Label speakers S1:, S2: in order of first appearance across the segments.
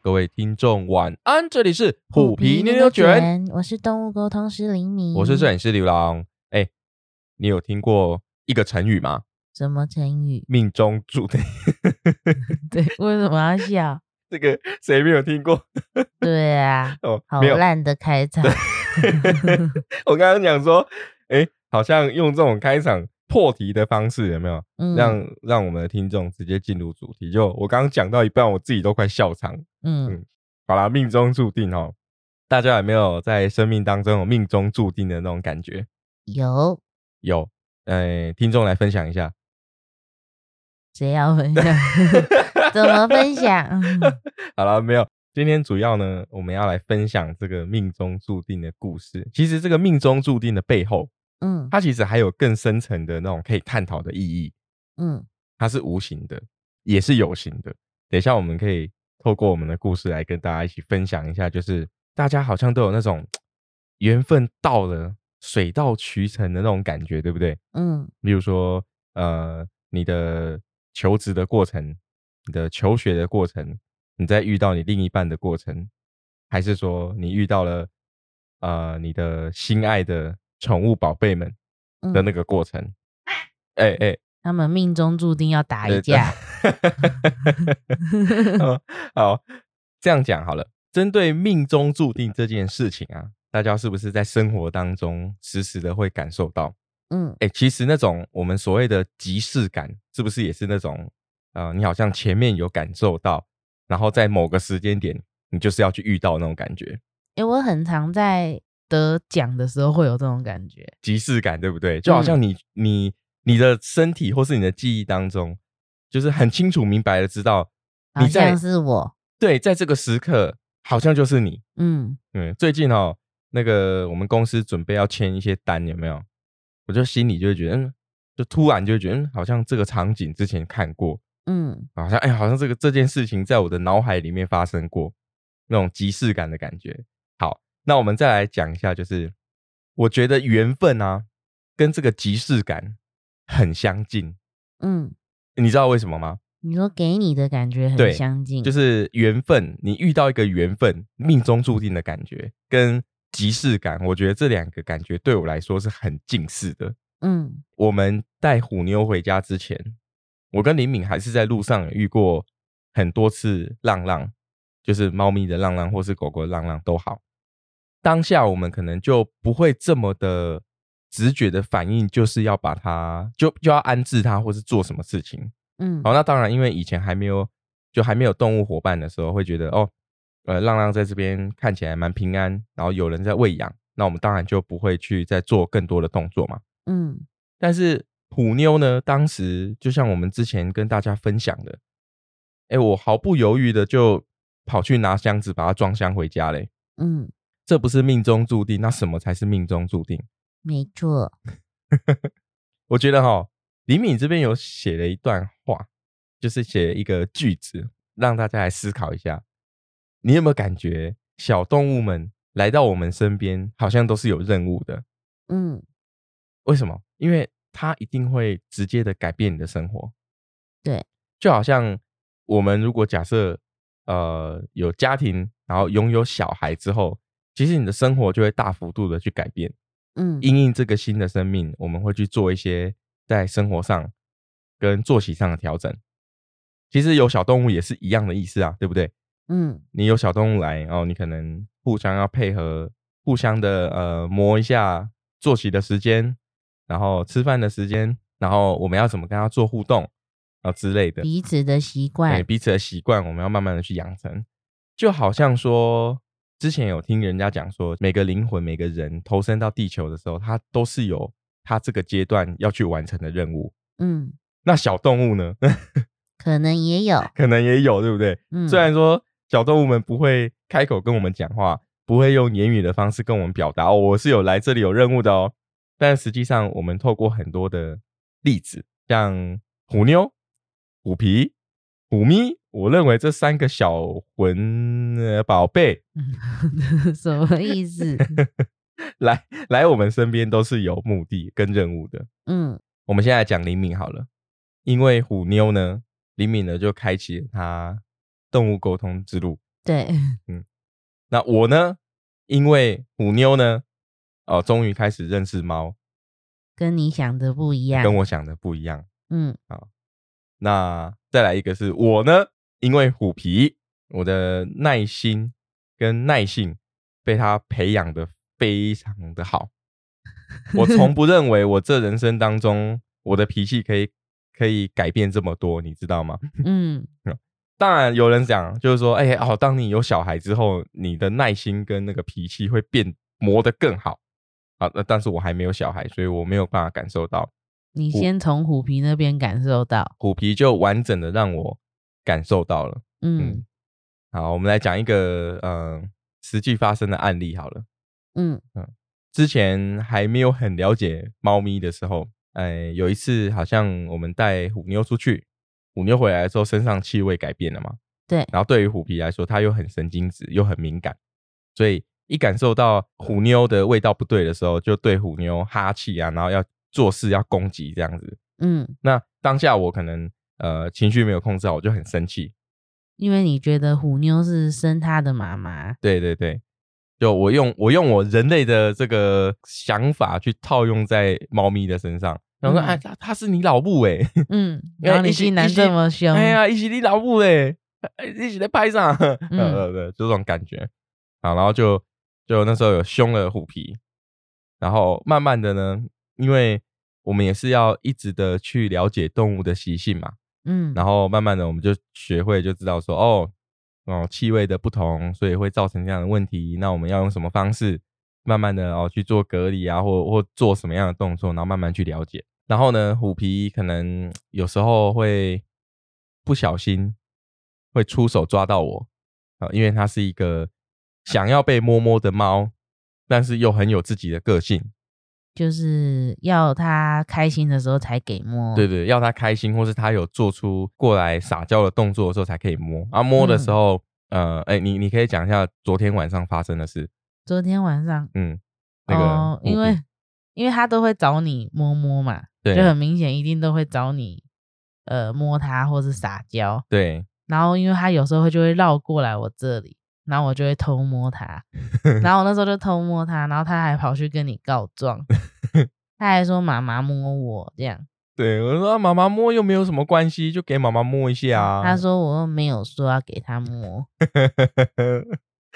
S1: 各位听众晚安，这里是虎皮
S2: 牛
S1: 牛牛卷，，
S2: 我是动物沟通师林米，
S1: 我是摄影师刘郎。哎，你有听过一个成语吗？
S2: 什么成语？
S1: 命中注定，
S2: 对，为什么要笑？
S1: 这个谁没有听过？
S2: 对 啊，
S1: 哦，
S2: 好
S1: 没有。
S2: 烂的开场，
S1: 我刚刚讲说，哎，好像用这种开场破题的方式，有没有
S2: 嗯
S1: 让让我们的听众直接进入主题？就我刚刚讲到一半，我自己都快笑场。
S2: 嗯
S1: 嗯好啦，命中注定哦。大家有没有在生命当中有命中注定的那种感觉？
S2: 有
S1: 有，呃，听众来分享一下。
S2: 谁要 分享？怎么分享？嗯
S1: 好了，没有。今天主要呢，我们要来分享这个命中注定的故事。其实这个命中注定的背后，
S2: 嗯
S1: 它其实还有更深层的那种可以探讨的意义。
S2: 嗯，
S1: 它是无形的，也是有形的。等一下，我们可以透过我们的故事来跟大家一起分享一下，就是大家好像都有那种缘分到了，水到渠成的那种感觉，对不对？
S2: 嗯
S1: 例如说，呃，你的求职的过程，你的求学的过程，你在遇到你另一半的过程，还是说你遇到了呃你的心爱的宠物宝贝们
S2: 嗯
S1: 的那个过程？ 哎哎、
S2: 他们命中注定要打一
S1: 呃
S2: 架。
S1: 嗯，好，这样讲好了。针对命中注定这件事情啊，大家是不是在生活当中时时的会感受到？
S2: 嗯
S1: 哎、其实那种我们所谓的即视感，是不是也是那种呃，你好像前面有感受到，然后在某个时间点，你就是要去遇到那种感觉，
S2: 诶，我很常在得奖的时候会有这种感觉。
S1: 即视感，对不对？就好像你、你你的身体或是你的记忆当中，就是很清楚明白的知道
S2: 好
S1: 你在
S2: 像是我，
S1: 对，在这个时刻好像就是你。
S2: 嗯
S1: 嗯，最近哦，那个我们公司准备要签一些单，有没有？我就心里就会觉得，嗯，就突然就会觉得，嗯，好像这个场景之前看过，
S2: 嗯
S1: 好像哎，好像这个这件事情在我的脑海里面发生过，那种即视感的感觉。好，那我们再来讲一下，就是我觉得缘分啊，跟这个即视感很相近，
S2: 嗯，
S1: 你知道为什么吗？
S2: 你说给你的感觉
S1: 对
S2: 很相近，
S1: 就是缘分，你遇到一个缘分，命中注定的感觉，跟即视感，我觉得这两个感觉对我来说是很近似的。
S2: 嗯
S1: 我们带虎妞回家之前，我跟林敏还是在路上有遇过很多次浪浪，就是猫咪的浪浪或是狗狗的浪浪都好。当下我们可能就不会这么的直觉的反应，就是要把它就就要安置它，或是做什么事情。
S2: 嗯
S1: 好，那当然，因为以前还没有就还没有动物伙伴的时候，会觉得哦，呃，浪浪在这边看起来蛮平安，然后有人在喂养，那我们当然就不会去再做更多的动作嘛。
S2: 嗯
S1: 但是虎妞呢，当时就像我们之前跟大家分享的，哎，我毫不犹豫的就跑去拿箱子把它装箱回家嘞。
S2: 嗯，
S1: 这不是命中注定，那什么才是命中注定？
S2: 没错。
S1: 我觉得哈，李敏这边有写了一段话，就是写一个句子，让大家来思考一下，你有没有感觉小动物们来到我们身边，好像都是有任务的？
S2: 嗯，
S1: 为什么？因为它一定会直接的改变你的生活。
S2: 对，
S1: 就好像我们如果假设呃有家庭，然后拥有小孩之后，其实你的生活就会大幅度的去改变。
S2: 嗯
S1: 因应这个新的生命，我们会去做一些在生活上跟作息上的调整。其实有小动物也是一样的意思啊，对不对？
S2: 嗯
S1: 你有小动物来哦，你可能互相要配合，互相的呃磨一下作息的时间，然后吃饭的时间，然后我们要怎么跟它做互动啊、之类的。
S2: 彼此的习
S1: 对
S2: 惯，
S1: 彼此的习惯，我们要慢慢的去养成。就好像说，之前有听人家讲说，每个灵魂、每个人投身到地球的时候，它都是有它这个阶段要去完成的任务。
S2: 嗯，
S1: 那小动物呢，
S2: 可能也有，
S1: 可能也有，对不对？
S2: 嗯，
S1: 虽然说小动物们不会开口跟我们讲话，不会用言语的方式跟我们表达、哦、我是有来这里有任务的哦，但实际上我们透过很多的例子，像虎妞、虎皮、虎咪，我认为这三个小魂呃宝贝
S2: 嗯 什么 意思？
S1: 来来我们身边都是有目的跟任务的。
S2: 嗯
S1: 我们现在来讲李敏好了，因为虎妞呢，李敏呢就开启了她动物沟通之路。
S2: 对，
S1: 那我呢，因为虎妞呢，哦，终于开始认识猫，
S2: 跟你想的不一样。
S1: 跟我想的不一样。
S2: 嗯，
S1: 那再来一个是我呢，因为虎皮，我的耐心跟耐性被他培养的非常的好。我从不认为我这人生当中我的脾气可以可以改变这么多，你知道吗？
S2: 嗯，
S1: 当然有人讲，就是说，哎、哦，当你有小孩之后，你的耐心跟那个脾气会变磨得更好。啊，那但是我还没有小孩，所以我没有办法感受到。
S2: 你先从虎皮那边感受到。
S1: 虎皮就完整的让我感受到了。嗯
S2: 嗯，
S1: 好，我们来讲一个呃实际发生的案例好了。
S2: 嗯
S1: 之前还没有很了解猫咪的时候，呃，有一次好像我们带虎妞出去，虎妞回来之后身上气味改变了嘛，
S2: 对
S1: 然后对于虎皮来说，它又很神经质，又很敏感，所以一感受到虎妞的味道不对的时候，就对虎妞哈气啊，然后要做事要攻击这样子。
S2: 嗯，
S1: 那当下我可能呃情绪没有控制好，我就很生气，
S2: 因为你觉得虎妞是生他的 妈妈。
S1: 对对对，就我用我用我人类的这个想法去套用在猫咪的身上，然后说、
S2: 嗯
S1: 啊，它它是你老母哎、欸，
S2: 嗯，
S1: 哎
S2: 然后你
S1: 一起
S2: 竟然
S1: 一起
S2: 这么凶。
S1: 哎呀，一起你老母哎、欸，一起在拍上， 呃
S2: 嗯
S1: 呃对，就这种感觉。好，然后就就那时候有凶了虎皮，然后慢慢的呢，因为我们也是要一直的去了解动物的习性嘛，
S2: 嗯，
S1: 然后慢慢的我们就学会就知道说哦哦气味的不同，所以会造成这样的问题。那我们要用什么方式，慢慢的哦去做隔离啊，或或做什么样的动作，然后慢慢去了解。然后呢，虎皮可能有时候会不小心会出手抓到我啊、因为它是一个想要被摸摸的猫，但是又很有自己的个性，
S2: 就是要他开心的时候才给摸。
S1: 对对，要他开心，或是他有做出过来撒娇的动作的时候才可以摸。啊，摸的时
S2: 嗯
S1: 候，呃，哎，你你可以讲一下昨天晚上发生的事。
S2: 昨天晚上，
S1: 嗯，那个
S2: 哦，
S1: 虎皮
S2: 因为因为他都会找你摸摸嘛，
S1: 对
S2: 就很明显，一定都会找你呃摸他或是撒娇。
S1: 对，
S2: 然后因为他有时候会就会绕过来我这里，然后我就会偷摸 他，然后我那时候就偷摸他，然后他还跑去跟你告 状，他还说妈妈摸我这样，
S1: 对我说、啊妈妈摸又没有什么关系，就给妈妈摸一下啊。
S2: 他说我又没有说要给他摸。
S1: 说，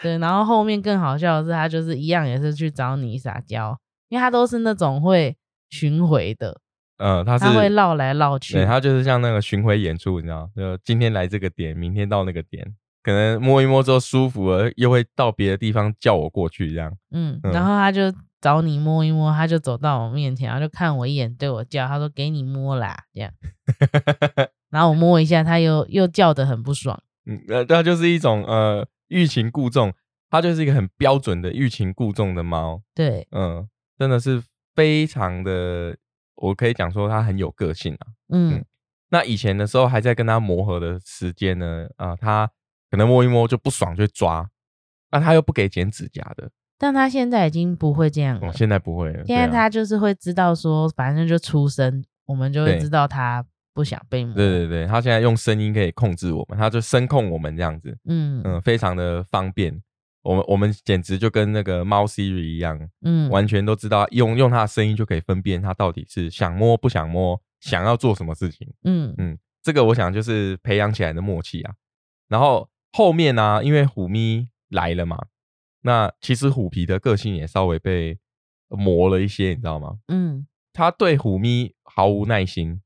S2: 对，然后后面更好笑的是，他就是一样也是去找你撒娇，因为他都是那种会巡回的，
S1: 呃，他是
S2: 他会绕来绕去
S1: 对，。他就是像那个巡回演出，你知道，就今天来这个点，明天到那个点，可能摸一摸之后舒服了，又会到别的地方叫我过去这样。
S2: 嗯，
S1: 嗯
S2: 然后他就找你摸一摸，他就走到我面前，然后就看我一眼，对我叫，他说给你摸啦，这样。然后我摸一下，他又又叫的很不爽。
S1: 嗯，呃，它就是一种呃欲擒故纵，它就是一个很标准的欲擒故纵的猫，
S2: 对，
S1: 嗯，真的是非常的，我可以讲说它很有个性啊。
S2: 嗯
S1: 嗯那以前的时候还在跟它磨合的时间呢，啊、它可能摸一摸就不爽就会抓，那、它又不给剪指甲的，
S2: 但他现在已经不会这样
S1: 哦
S2: 了，。
S1: 现在不会了，
S2: 现
S1: 对啊
S2: 在他就是会知道说，反正就出声，我们就会
S1: 对
S2: 知道他不想被摸。
S1: 对对对，它现在用声音可以控制我们，它就声控我们这样子，
S2: 嗯
S1: 嗯，非常的方便。我们我们简直就跟那个猫 Siri 一样，
S2: 嗯，
S1: 完全都知道，用用他的声音就可以分辨他到底是想摸不想摸，想要做什么事情。
S2: 嗯
S1: 嗯这个我想就是培养起来的默契啊。然后后面呢、因为虎咪来了嘛，那其实虎皮的个性也稍微被磨了一些，你知道吗？
S2: 嗯，
S1: 他对虎咪毫无耐心，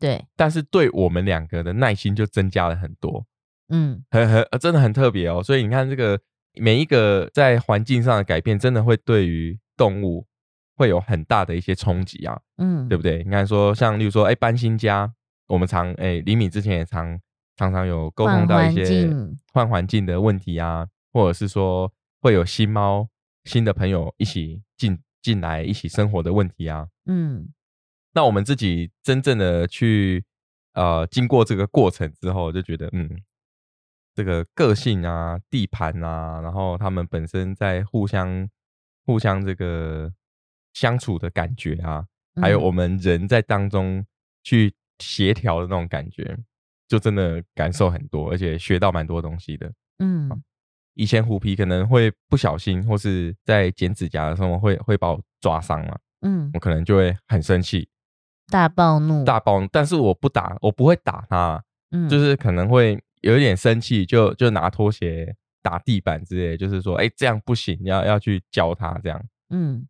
S2: 对，
S1: 但是对我们两个的耐心就增加了很多，
S2: 嗯
S1: 很很呃真的很特别哦。所以你看，这个每一个在环境上的改变，真的会对于动物会有很大的一些冲击啊。
S2: 嗯，
S1: 对不对？你看说，像例如说，哎，搬新家，我们常哎，李米之前也常常常有沟通
S2: 换
S1: 到一
S2: 环
S1: 些
S2: 境
S1: 换环境的问题啊，或者是说会有新猫、新的朋友一起进进来一起生活的问题啊。
S2: 嗯
S1: 那我们自己真正的去呃，经过这个过程之后，就觉得嗯，这个个性啊、地盘啊，然后他们本身在互相互相这个相处的感觉啊，还有
S2: 嗯
S1: 我们人在当中去协调的那种感觉，就真的感受很多，而且学到蛮多东西的。
S2: 嗯
S1: 以前虎皮可能会不小心，或是在剪指甲的时候会会把我抓伤嘛，
S2: 嗯，
S1: 我可能就会很生气，
S2: 大暴怒，
S1: 大暴怒。但是我不打，我不会打他啊，
S2: 嗯，
S1: 就是可能会有一点生气，就就拿拖鞋打地板之类的，就是说，哎、这样不行，要要去教他这样。
S2: 嗯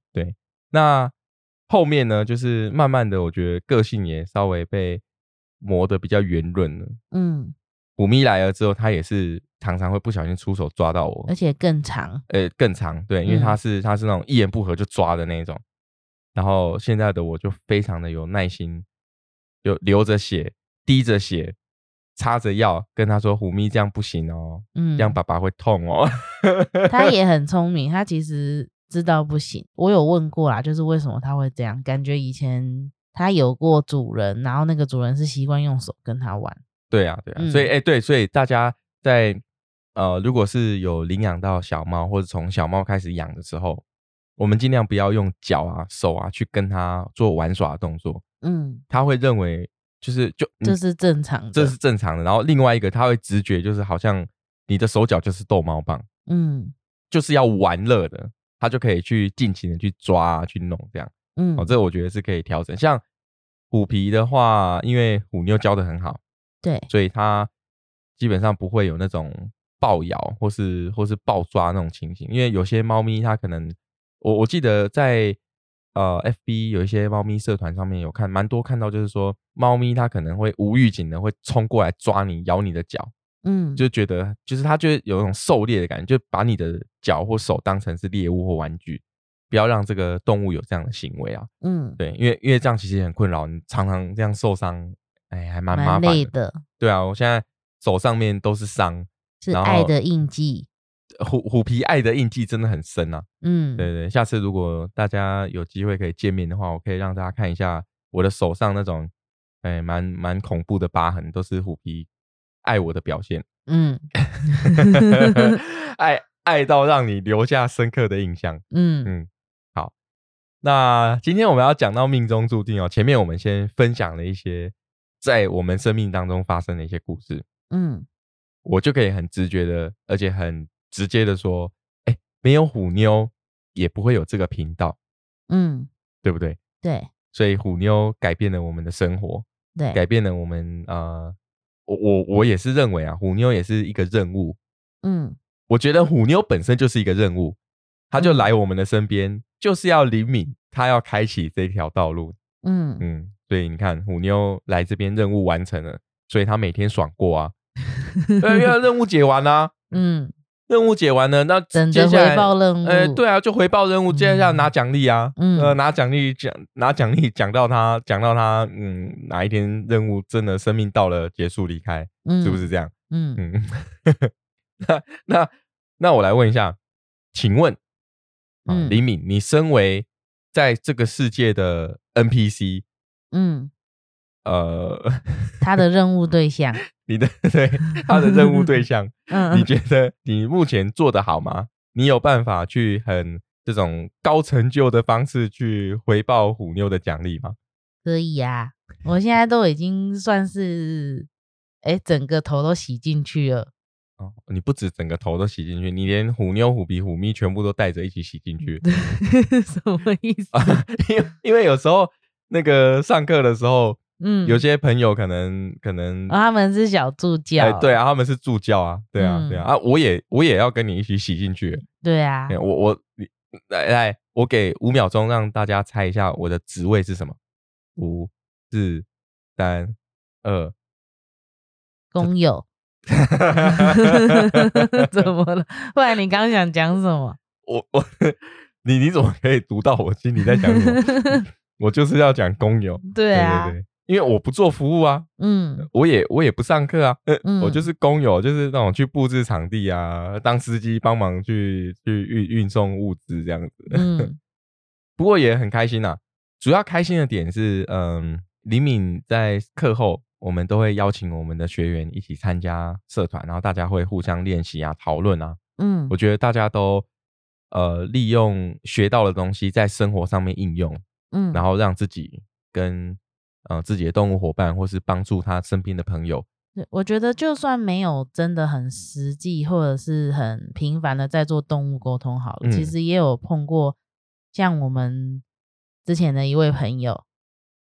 S1: 那后面呢，就是慢慢的，我觉得个性也稍微被磨得比较圆润了。
S2: 嗯，
S1: 虎咪来了之后，他也是常常会不小心出手抓到我
S2: 而，且更长，
S1: 呃，更长对，因为
S2: 嗯
S1: 他是、他是那种一言不合就抓的那一种。然后现在的我就非常的有耐心，就流着血、滴着血、擦着药，跟他说：“虎咪这样不行哦，
S2: 嗯，
S1: 这样爸爸会痛哦。
S2: 他也很聪明，他其实知道不行。我有问过啦，就是为什么他会这样？感觉以前他有过主人，然后那个主人是习惯用手跟他玩。
S1: 对啊，对啊，所以
S2: 嗯
S1: 哎、对，所以大家在呃，如果是有领养到小猫，或者从小猫开始养的时候，我们尽量不要用脚啊、手啊去跟它做玩耍的动作，
S2: 嗯，
S1: 它会认为就是就你
S2: 这是正常的。
S1: 嗯这是正常的。然后另外一个，它会直觉就是好像你的手脚就是逗猫棒，
S2: 嗯
S1: 就是要玩乐的，它就可以去尽情的去抓啊、去弄这样。
S2: 嗯
S1: 哦，这我觉得是可以调整。像虎皮的话，因为虎妞教的很好。
S2: 对，
S1: 所以它基本上不会有那种暴咬或是或是暴抓那种情形，因为有些猫咪它可能，我我记得在呃 FB 有一些猫咪社团上面有看，蛮多看到就是说猫咪它可能会无预警的会冲过来抓你，咬你的脚，
S2: 嗯
S1: 就觉得就是它就会有一种狩猎的感觉，就把你的脚或手当成是猎物或玩具，不要让这个动物有这样的行为啊。
S2: 嗯
S1: 对，因为因为这样其实也很困扰，你常常这样受伤，哎，还蛮麻
S2: 蛮
S1: 烦的
S2: 累。的，
S1: 对啊，我现在手上面都是伤，
S2: 是
S1: 然后
S2: 爱的印记。
S1: 虎虎皮爱的印记真的很深啊。
S2: 嗯，
S1: 对对，下次如果大家有机会可以见面的话，我可以让大家看一下我的手上那种，哎，蛮蛮恐怖的疤痕，都是虎皮爱我的表 现，
S2: 嗯
S1: 爱爱到让你留下深刻的印象。
S2: 嗯
S1: 嗯，好，那今天我们要讲到命中注定哦，前面我们先分享了一些在我们生命当中发生的一些故事。
S2: 嗯
S1: 我就可以很直觉的，而且很直接的说，哎、没有虎妞也不会有这个频道，
S2: 嗯，
S1: 对不对？
S2: 对
S1: 所以虎妞改变了我们的生活，
S2: 对，
S1: 改变了我们呃，我我我也是认为啊，虎妞也是一个任务。
S2: 嗯
S1: 我觉得虎妞本身就是一个任务，它就
S2: 嗯
S1: 来我们的身边，就是要灵敏，它要开启这条道路。
S2: 嗯
S1: 嗯，所以你看虎妞来这边任务完成了，所以她每天爽过啊，对，因为任务解完啦、啊
S2: 嗯，
S1: 任务解完了，那
S2: 等
S1: 接
S2: 着
S1: 下来
S2: 回报任务。
S1: 呃，对啊，就回报任务，接下来拿奖励啊，
S2: 嗯
S1: 呃，拿奖励奖拿奖励讲到他讲到他，嗯，哪一天任务真的生命到了结束离开，
S2: 嗯，
S1: 是不是这样？
S2: 嗯？嗯，
S1: 嗯， 那那那我来问一下，请问，啊
S2: 嗯
S1: 李敏，你身为在这个世界的 NPC，
S2: 嗯，
S1: 呃，
S2: 他的任务对象，
S1: 你的对他的任务对象，
S2: 嗯，
S1: 你觉得你目前做得好吗？你有办法去很这种高成就的方式去回报虎妞的奖励吗？
S2: 可以啊，我现在都已经算是，哎，整个头都洗进去了。
S1: 哦，你不止整个头都洗进去，你连虎妞、虎皮、虎咪全部都带着一起洗进 去
S2: 什么意思？
S1: 啊！因为因为有时候那个上课的时候，
S2: 嗯，
S1: 有些朋友可能可能
S2: 哦、他们是小助教，
S1: 哎，对啊，他们是助教啊，对啊，
S2: 嗯
S1: 对啊，啊，我也我也要跟你一起洗进去。
S2: 对啊
S1: 哎，我我你来来，我给五秒钟让大家猜一下我的职位是什么。五、四、三、二，
S2: 工友，怎么了？ 不然你刚刚想讲什么？
S1: 我我你你怎么可以读到我心里在想什么？ 我就是要讲公友，
S2: 对啊，
S1: 对对，因为我不做服务啊，
S2: 嗯
S1: 我也我也不上课啊， 呃
S2: 嗯
S1: 我就是工友，就是那种去布置场地啊，当司机帮忙去去运运送物资这样子。
S2: 嗯
S1: 不过也很开心啦、主要开心的点是，嗯，李敏在课后，我们都会邀请我们的学员一起参加社团，然后大家会互相练习啊、讨论啊。
S2: 嗯
S1: 我觉得大家都呃利用学到的东西在生活上面应用，
S2: 嗯，
S1: 然
S2: 后
S1: 后让自己跟呃自己的动物伙伴，或是帮助他身边的朋友
S2: 对我觉得就算没有真的很实际或者是很频繁的在做动物沟通好了，
S1: 嗯
S2: 其实也有碰过，像我们之前的一位朋友，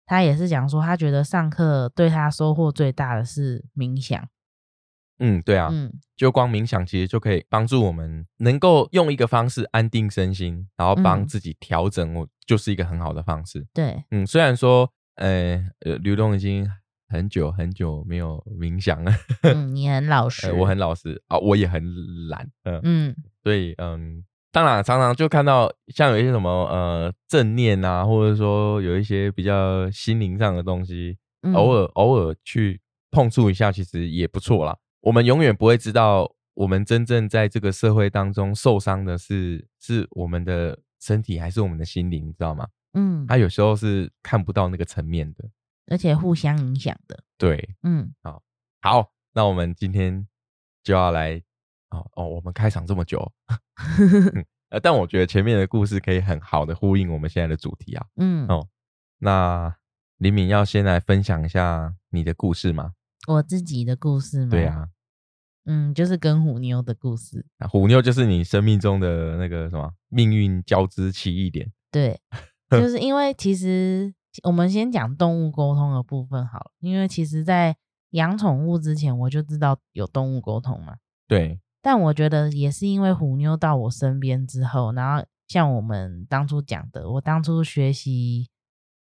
S2: 他也是讲说，他觉得上课对他收获最大的是冥想，
S1: 嗯，对啊，
S2: 嗯，
S1: 就光冥想其实就可以帮助我们能够用一个方式安定身心，然后帮
S2: 嗯
S1: 自己调整，我、就是一个很好的方式。
S2: 对，
S1: 嗯，虽然说，呃，呃刘东已经很久很久没有冥想了，
S2: 嗯，你很老实，
S1: 呃、我很老实啊、我也很懒，嗯，
S2: 嗯
S1: 所以嗯，当然常常就看到像有一些什么呃正念啊，或者说有一些比较心灵上的东西，
S2: 嗯，
S1: 偶尔偶尔去碰触一下，其实也不错啦。我们永远不会知道，我们真正在这个社会当中受伤的是是我们的身体还是我们的心灵，你知道吗？
S2: 嗯，
S1: 它有时候是看不到那个层面的。
S2: 而且互相影响的，
S1: 对，
S2: 嗯，
S1: 好，那我们今天就要来哦哦，我们开场这么久， 呃，但我觉得前面的故事可以很好的呼应我们现在的主题啊。
S2: 嗯，
S1: 哦那李敏要先来分享一下你的故事吗？
S2: 我自己的故事嘛，
S1: 对，啊，
S2: 嗯，就是跟虎妞的故事，
S1: 那虎妞就是你生命中的那个什么命运交织奇异点。
S2: 对，就是因为其实我们先讲动物沟通的部分好了，因为其实，在养宠物之前我就知道有动物沟通嘛，
S1: 对，
S2: 但我觉得也是因为虎妞到我身边之后，然后像我们当初讲的，我当初学习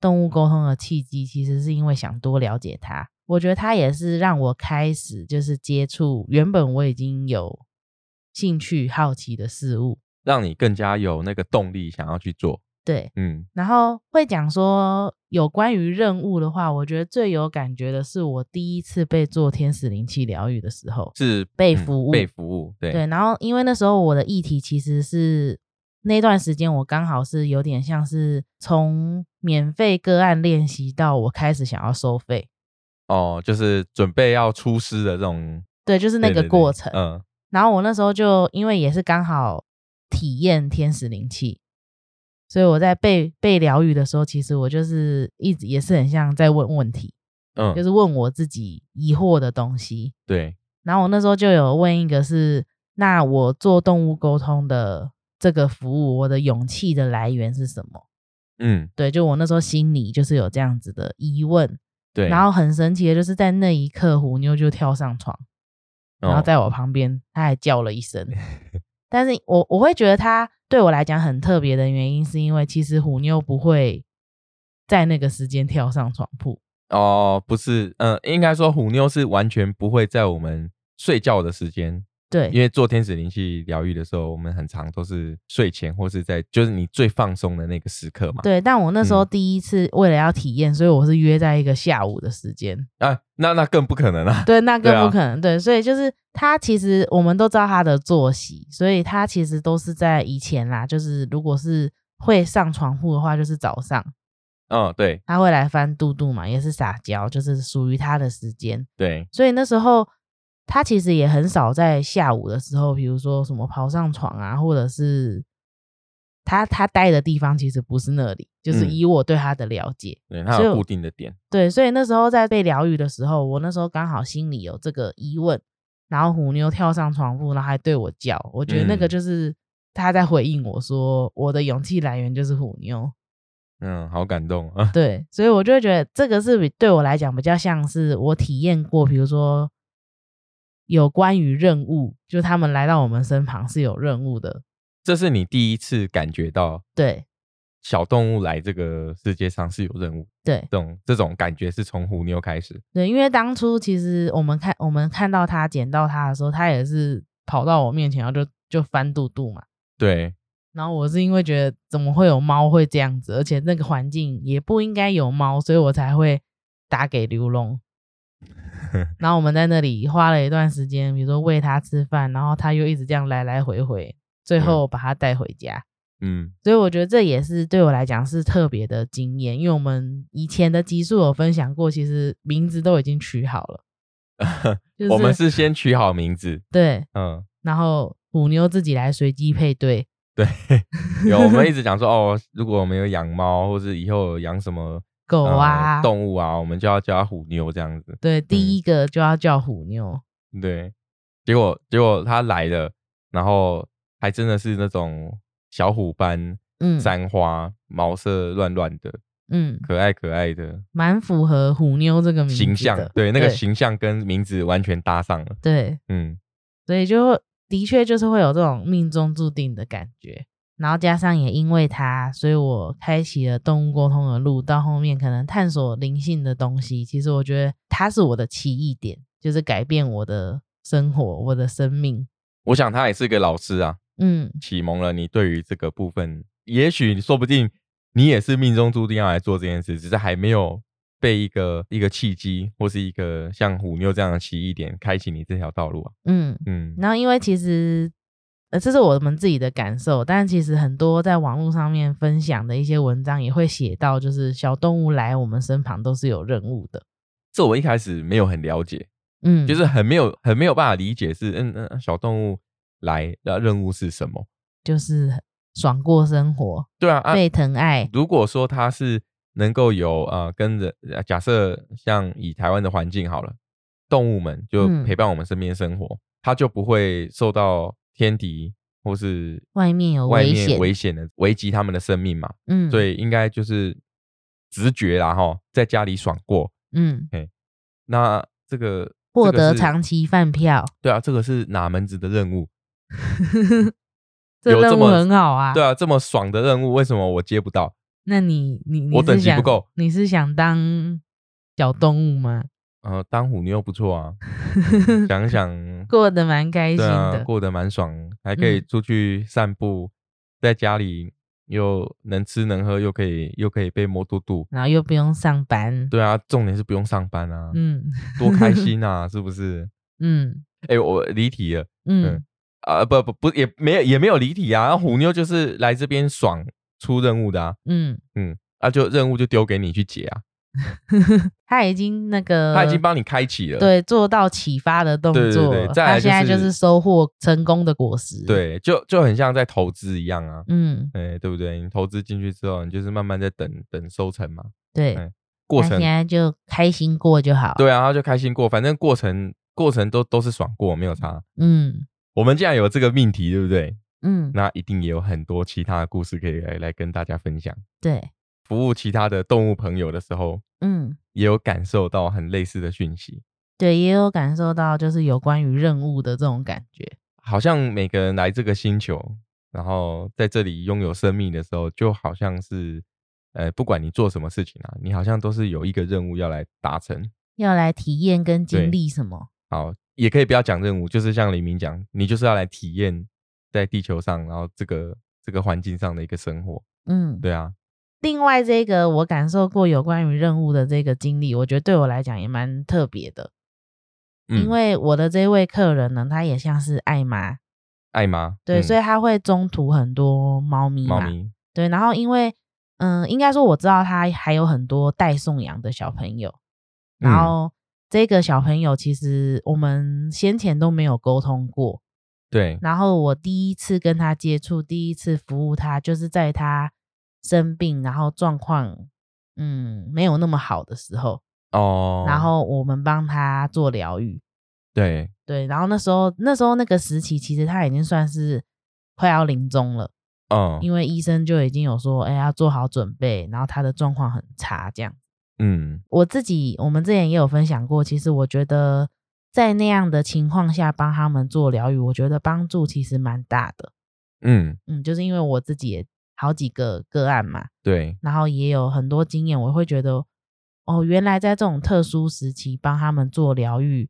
S2: 动物沟通的契机，其实是因为想多了解它。我觉得它也是让我开始就是接触原本我已经有兴趣好奇的事物，
S1: 让你更加有那个动力想要去做。
S2: 对，
S1: 嗯，
S2: 然后会讲说有关于任务的话，我觉得最有感觉的是我第一次被做天使灵气疗愈的时候。
S1: 是
S2: 被
S1: 嗯
S2: 服务
S1: 被服务。对，
S2: 对，然后因为那时候我的议题其实是那段时间我刚好是有点像是从免费个案练习到我开始想要收费，
S1: 哦，就是准备要出师的这种
S2: 对，就是那
S1: 对
S2: 个
S1: 对对
S2: 过程。
S1: 嗯，
S2: 然后我那时候就因为也是刚好体验天使灵气，所以我在被被疗愈的时候，其实我就是一直也是很像在问问题。
S1: 嗯，
S2: 就是问我自己疑惑的东西。
S1: 对，
S2: 然后我那时候就有问一个是，那我做动物沟通的这个服务，我的勇气的来源是什么？
S1: 嗯，
S2: 对，就我那时候心里就是有这样子的疑问。
S1: 对。
S2: 然后很神奇的就是在那一刻，虎妞就跳上床，然后
S1: 哦
S2: 在我旁边，她还叫了 一声。但是我我会觉得她对我来讲很特别的原因，是因为其实虎妞不会在那个时间跳上床铺。
S1: 哦，不是，嗯、应该说虎妞是完全不会在我们睡觉的时间，
S2: 对，
S1: 因为做天使灵气疗愈的时候，我们很常都是睡前或是在就是你最放松的那个时刻嘛。
S2: 对，但我那时候
S1: 嗯
S2: 第一次为了要体验，所以我是约在一个下午的时间。
S1: 啊，那那更不可能啊。
S2: 对，那
S1: 对
S2: 更
S1: 啊
S2: 不可能。对，所以就是他其实我们都知道他的作息，所以他其实都是在以前啦，就是如果是会上床铺的话，就是早上
S1: 嗯，对
S2: 他会来翻肚肚嘛，也是撒娇，就是属于他的时间。
S1: 对，
S2: 所以那时候他其实也很少在下午的时候，比如说什么跑上床啊，或者是他他待的地方其实不是那里，就是
S1: 嗯
S2: 以我对他的了解。
S1: 对，它
S2: 所以
S1: 有
S2: 我
S1: 固定的点。
S2: 对，所以那时候在被疗愈的时候，我那时候刚好心里有这个疑问，然后虎妞跳上床铺，然后还对我叫，我觉得那个
S1: 嗯
S2: 就是他在回应我说，我的勇气来源就是虎妞。
S1: 嗯，好感动啊。
S2: 对，所以我就会觉得这个是比对我来讲比较像是我体验过，比如说有关于任务，就他们来到我们身旁是有任务的，
S1: 这是你第一次感觉到
S2: 对
S1: 小动物来这个世界上是有任务，
S2: 对
S1: 这种这种感觉是从虎妞开始。
S2: 对，因为当初其实我们看我们看到他捡到他的时候，他也是跑到我面前，然后就就翻肚肚嘛。
S1: 对，
S2: 然后我是因为觉得怎么会有猫会这样子，而且那个环境也不应该有猫，所以我才会打给 刘龙。然后我们在那里花了一段时间，比如说喂它吃饭，然后它又一直这样来来回回，最后把它带回家。
S1: 嗯，
S2: 所以我觉得这也是对我来讲是特别的经验，因为我们以前的集数有分享过，其实名字都已经取 好了，就是
S1: 我们是先取好名字，
S2: 对，
S1: 嗯，
S2: 然后虎妞自己来随机配对，
S1: 对，有我们一直讲说哦，如果我们有养猫，或是以后有养什么
S2: 狗啊，
S1: 呃动物啊，我们就要叫它虎妞这样子。
S2: 对，
S1: 嗯
S2: 第一个就要叫虎妞，
S1: 对，结果结果它来了，然后还真的是那种小虎斑、
S2: 嗯
S1: 三花、毛色乱乱的，
S2: 嗯，
S1: 可爱可爱的
S2: 蛮符合虎妞这个名字
S1: 形象
S2: 嗯的，
S1: 对，那个
S2: 对
S1: 形象跟名字完全搭上了。
S2: 对，
S1: 嗯，
S2: 所以就的确就是会有这种命中注定的感觉。然后加上也因为它，所以我开启了动物沟通的路，到后面可能探索灵性的东西。其实我觉得它是我的奇异点，就是改变我的生活、我的生命。
S1: 我想他也是个老师啊，
S2: 嗯，
S1: 启蒙了你对于这个部分，也许说不定你也是命中注定要来做这件事，只是还没有被一个一个契机或是一个像虎妞这样的奇异点开启你这条道路啊。
S2: 嗯，
S1: 嗯，
S2: 然后因为其实呃这是我们自己的感受，但其实很多在网络上面分享的一些文章也会写到，就是小动物来我们身旁都是有任务的。
S1: 这我一开始没有很了解，
S2: 嗯，
S1: 就是很没有很没有办法理解是嗯嗯小动物来的任务是什么？
S2: 就是爽过生活，
S1: 对啊啊，
S2: 被疼爱。
S1: 如果说它是能够有呃跟着呃假设像以台湾的环境好了，动物们就
S2: 嗯
S1: 陪伴我们身边生活，它就不会受到天敌或是
S2: 外面有
S1: 外
S2: 危
S1: 面
S2: 险
S1: 危险的危及它们的生命嘛，
S2: 嗯，
S1: 所，以应该就是直觉啦哈，在家里爽过，
S2: 嗯，
S1: 那这个
S2: 获得
S1: 这个是
S2: 长期饭票，
S1: 对啊，这个是哪门子的任务？有这
S2: 这任务
S1: 么
S2: 很好啊。
S1: 对啊，这么爽的任务，为什么我接不到？
S2: 那你你你
S1: 我
S2: 是
S1: 等级
S2: 想
S1: 不够，
S2: 你是想当小动物吗？
S1: 呃，当虎妞不错 啊，想一想
S2: 过得蛮开心
S1: 对啊，
S2: 的，
S1: 过得蛮爽，还可以
S2: 嗯
S1: 出去散步，在家里又能吃能喝，又可以又可以被摸肚肚。
S2: 然后又不用上班。
S1: 对啊，重点是不用上班啊，
S2: 嗯
S1: 多 开心啊，是不是？
S2: 嗯
S1: 哎、我离题了
S2: 嗯
S1: 啊、不不不，也没有也没有离题啊。虎妞就是来这边爽出任务的啊，
S2: 嗯，
S1: 嗯，啊就任务就丢给你去解啊，
S2: 他已经那个，
S1: 他已经帮你开启了，
S2: 呃对做到启发的动
S1: 对对
S2: 作
S1: 对
S2: 了，
S1: 再来
S2: 他
S1: 就
S2: 现在就是是收获成功的果实。，
S1: 对，就就很像在投资一样啊，
S2: 嗯
S1: 哎、对不对？你投资进去之后，你就是慢慢在等等收成嘛，
S2: 对，
S1: 哎过
S2: 他
S1: 程
S2: 现在就开心过就好。，
S1: 对啊，他就开心过，反正过程过程都都是爽过，没有差。
S2: 嗯
S1: 我们既然有这个命题，对不对？
S2: 嗯，
S1: 那一定也有很多其他的故事可以来来跟大家分享。
S2: 对，
S1: 服务其他的动物朋友的时候，
S2: 嗯
S1: 也有感受到很类似的讯息，
S2: 对，也有感受到就是有关于任务的这种感觉。
S1: 好像每个人来这个星球，然后在这里拥有生命的时候，就好像是，呃，不管你做什么事情啊，你好像都是有一个任务要来达成。
S2: 要来体验跟
S1: 对
S2: 经历什么？
S1: 好，也可以不要讲任务，就是像黎明讲，你就是要来体验在地球上，然后这个这个环境上的一个生活。
S2: 嗯，
S1: 对啊，
S2: 另外这个我感受过有关于任务的这个经历，我觉得对我来讲也蛮特别的，
S1: 嗯，
S2: 因为我的这位客人呢，他也像是爱妈，
S1: 爱吗？
S2: 对，所
S1: 以
S2: 以他会中途很多猫咪
S1: 嗯猫
S2: 嘛，
S1: 咪，
S2: 对，然后因为嗯，应该说我知道他还有很多待送养的小朋友，然
S1: 嗯
S2: 后这个小朋友其实我们先前都没有沟通过，
S1: 对，
S2: 然后我第一次跟他接触，第一次服务他，就是在他生病，然后状况嗯没有那么好的时候，
S1: 哦，
S2: 然后我们帮他做疗愈，
S1: 对，
S2: 对，然后那时候那时候那个时期，其实他已经算是快要临终了。
S1: 嗯
S2: 因为医生就已经有说，哎、要做好准备，然后他的状况很差，这样。
S1: 嗯，
S2: 我自己，我们之前也有分享过，其实我觉得在那样的情况下帮他们做疗愈，我觉得帮助其实蛮大的。
S1: 嗯，
S2: 嗯，就是因为我自己也好几个个案嘛，
S1: 对，
S2: 然后也有很多经验，我会觉得，哦，原来在这种特殊时期帮他们做疗愈，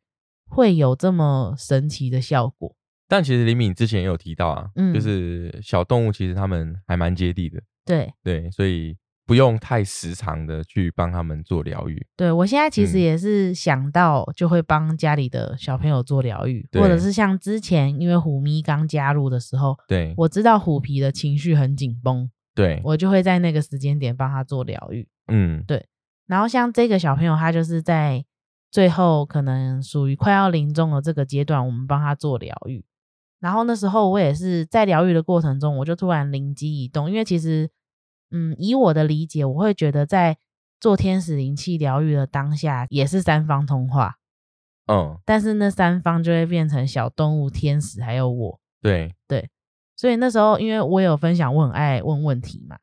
S2: 会有这么神奇的效果。
S1: 但其实李敏之前也有提到啊，
S2: 嗯
S1: 就是小动物其实他们还蛮接地的，
S2: 对，
S1: 对，所以不用太时常的去帮他们做疗愈，
S2: 对我现在其实
S1: 嗯
S2: 也是想到就会帮家里的小朋友做疗愈，或
S1: 对
S2: 者是像之前因为虎咪刚加入的时候，
S1: 对，
S2: 我知道虎皮的情绪很紧绷，
S1: 对，
S2: 我就会在那个时间点帮他做疗愈。
S1: 嗯，
S2: 然后像这个小朋友，他就是在最后可能属于快要临终的这个阶段，我们帮他做疗愈。然后那时候我也是在疗愈的过程中，我就突然灵机一动，因为其实，嗯，以我的理解，我会觉得在做天使灵气疗愈的当下，也是三方通话，
S1: 嗯，
S2: 但是那三方就会变成小动物、天使还有我。
S1: 对，
S2: 所以那时候，因为我有分享我很爱问问题嘛，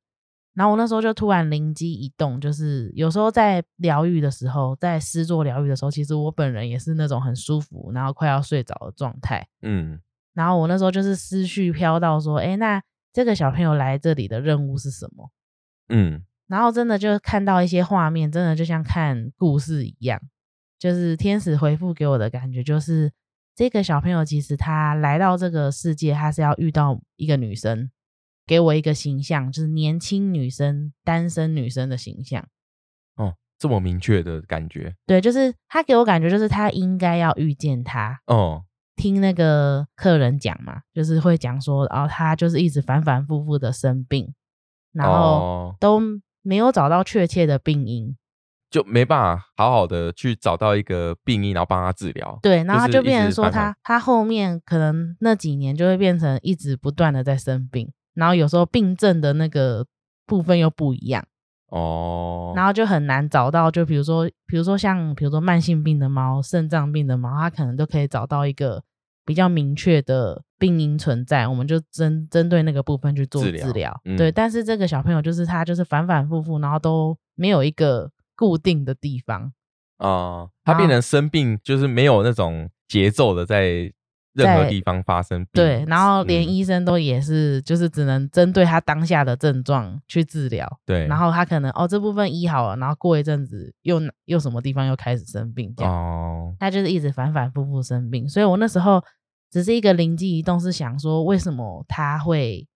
S2: 然后我那时候就突然灵机一动，就是有时候在疗愈的时候，在诗作疗愈的时候，其实我本人也是那种很舒服，然后快要睡着的状态。
S1: 嗯
S2: 然后我那时候就是思绪飘到说，哎，那这个小朋友来这里的任务是什么？
S1: 嗯
S2: 然后真的就看到一些画面，真的就像看故事一样，就是天使回复给我的感觉就是，这个小朋友其实他来到这个世界，他是要遇到一个女生，给我一个形象，就是年轻女生、单身女生的形象。
S1: 哦，这么明确的感觉，
S2: 对，就是他给我感觉就是他应该要遇见她，
S1: 哦，
S2: 听那个客人讲嘛，就是会讲说，然、后他就是一直反反复复的生病，然后
S1: 哦、
S2: 都没有找到确切的病因。
S1: 就没办法好好的去找到一个病因，然后帮他治疗。
S2: 对，然后他
S1: 就
S2: 就是变
S1: 一
S2: 成
S1: 直
S2: 说
S1: 反
S2: 他
S1: 反
S2: 他后面可能那几年就会变成一直不断的在生病，然后有时候病症的那个部分又不一样，
S1: 哦，
S2: 然后就很难找到。就比如说，比如说像比如说慢性病的猫、肾脏病的猫，它可能都可以找到一个比较明确的病因存在，我们就针针对那个部分去做
S1: 治
S2: 治
S1: 疗
S2: 疗。
S1: 嗯
S2: 对，但是这个小朋友就是他就是反反复复，然后都没有一个固定的地方。
S1: 啊、他变
S2: 然
S1: 成
S2: 后
S1: 生病，就是没有那种节奏的在任何
S2: 在
S1: 地方发生病。
S2: 对，然后连
S1: 嗯
S2: 医生都也是，就是只能针对他当下的症状去治疗，
S1: 对，
S2: 然后他可能哦这部分医好了，然后过一阵子又哪又什么地方又开始生病，这样、
S1: 哦，
S2: 他就是一直反反复复生病。所以我那时候只是一个灵机一动，是想说为什么他会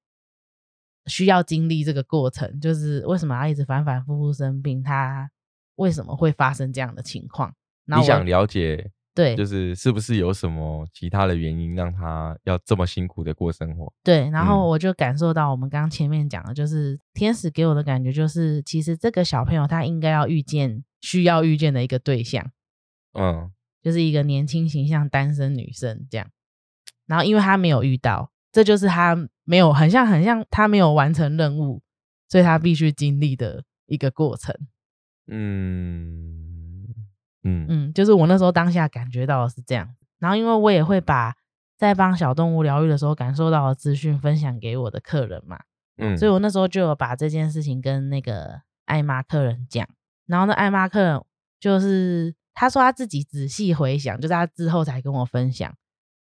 S2: 需要经历这个过程，就是为什么他一直反反复复生病，他为什么会发生这样的情况？然
S1: 你
S2: 后我
S1: 想了解，
S2: 对
S1: 就是是不是有什么其他的原因让他要这么辛苦的过生活？
S2: 对，然
S1: 嗯
S2: 后我就感受到我们刚刚前面讲的，就是天使给我的感觉就是，其实这个小朋友他应该要遇见需要遇见的一个对象，
S1: 嗯，
S2: 就是一个年轻形象单身女生这样。然后因为他没有遇到，这就是他没有很像很像他没有完成任务，所以他必须经历的一个过程。
S1: 嗯嗯
S2: 嗯，就是我那时候当下感觉到的是这样。然后因为我也会把在帮小动物疗愈的时候感受到的资讯分享给我的客人嘛。
S1: 嗯，
S2: 所以我那时候就有把这件事情跟那个艾玛客人讲，然后那艾玛客人就是他说他自己仔细回想，就是他之后才跟我分享，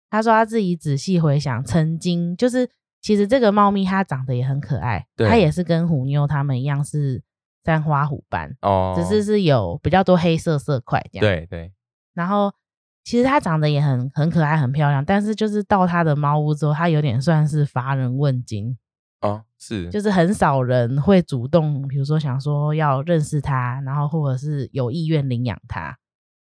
S2: 他说他自己仔细回想曾经就是其实这个猫咪它长得也很可爱，
S1: 对
S2: 它也是跟虎妞它们一样是三花虎斑，
S1: 哦，
S2: 只是是有比较多黑色色块这样。
S1: 对对，
S2: 然后其实它长得也很很可爱很漂亮，但是就是到它的猫屋之后，它有点算是乏人问津。
S1: 哦是，
S2: 就是很少人会主动，比如说想说要认识他，然后或者是有意愿领养他。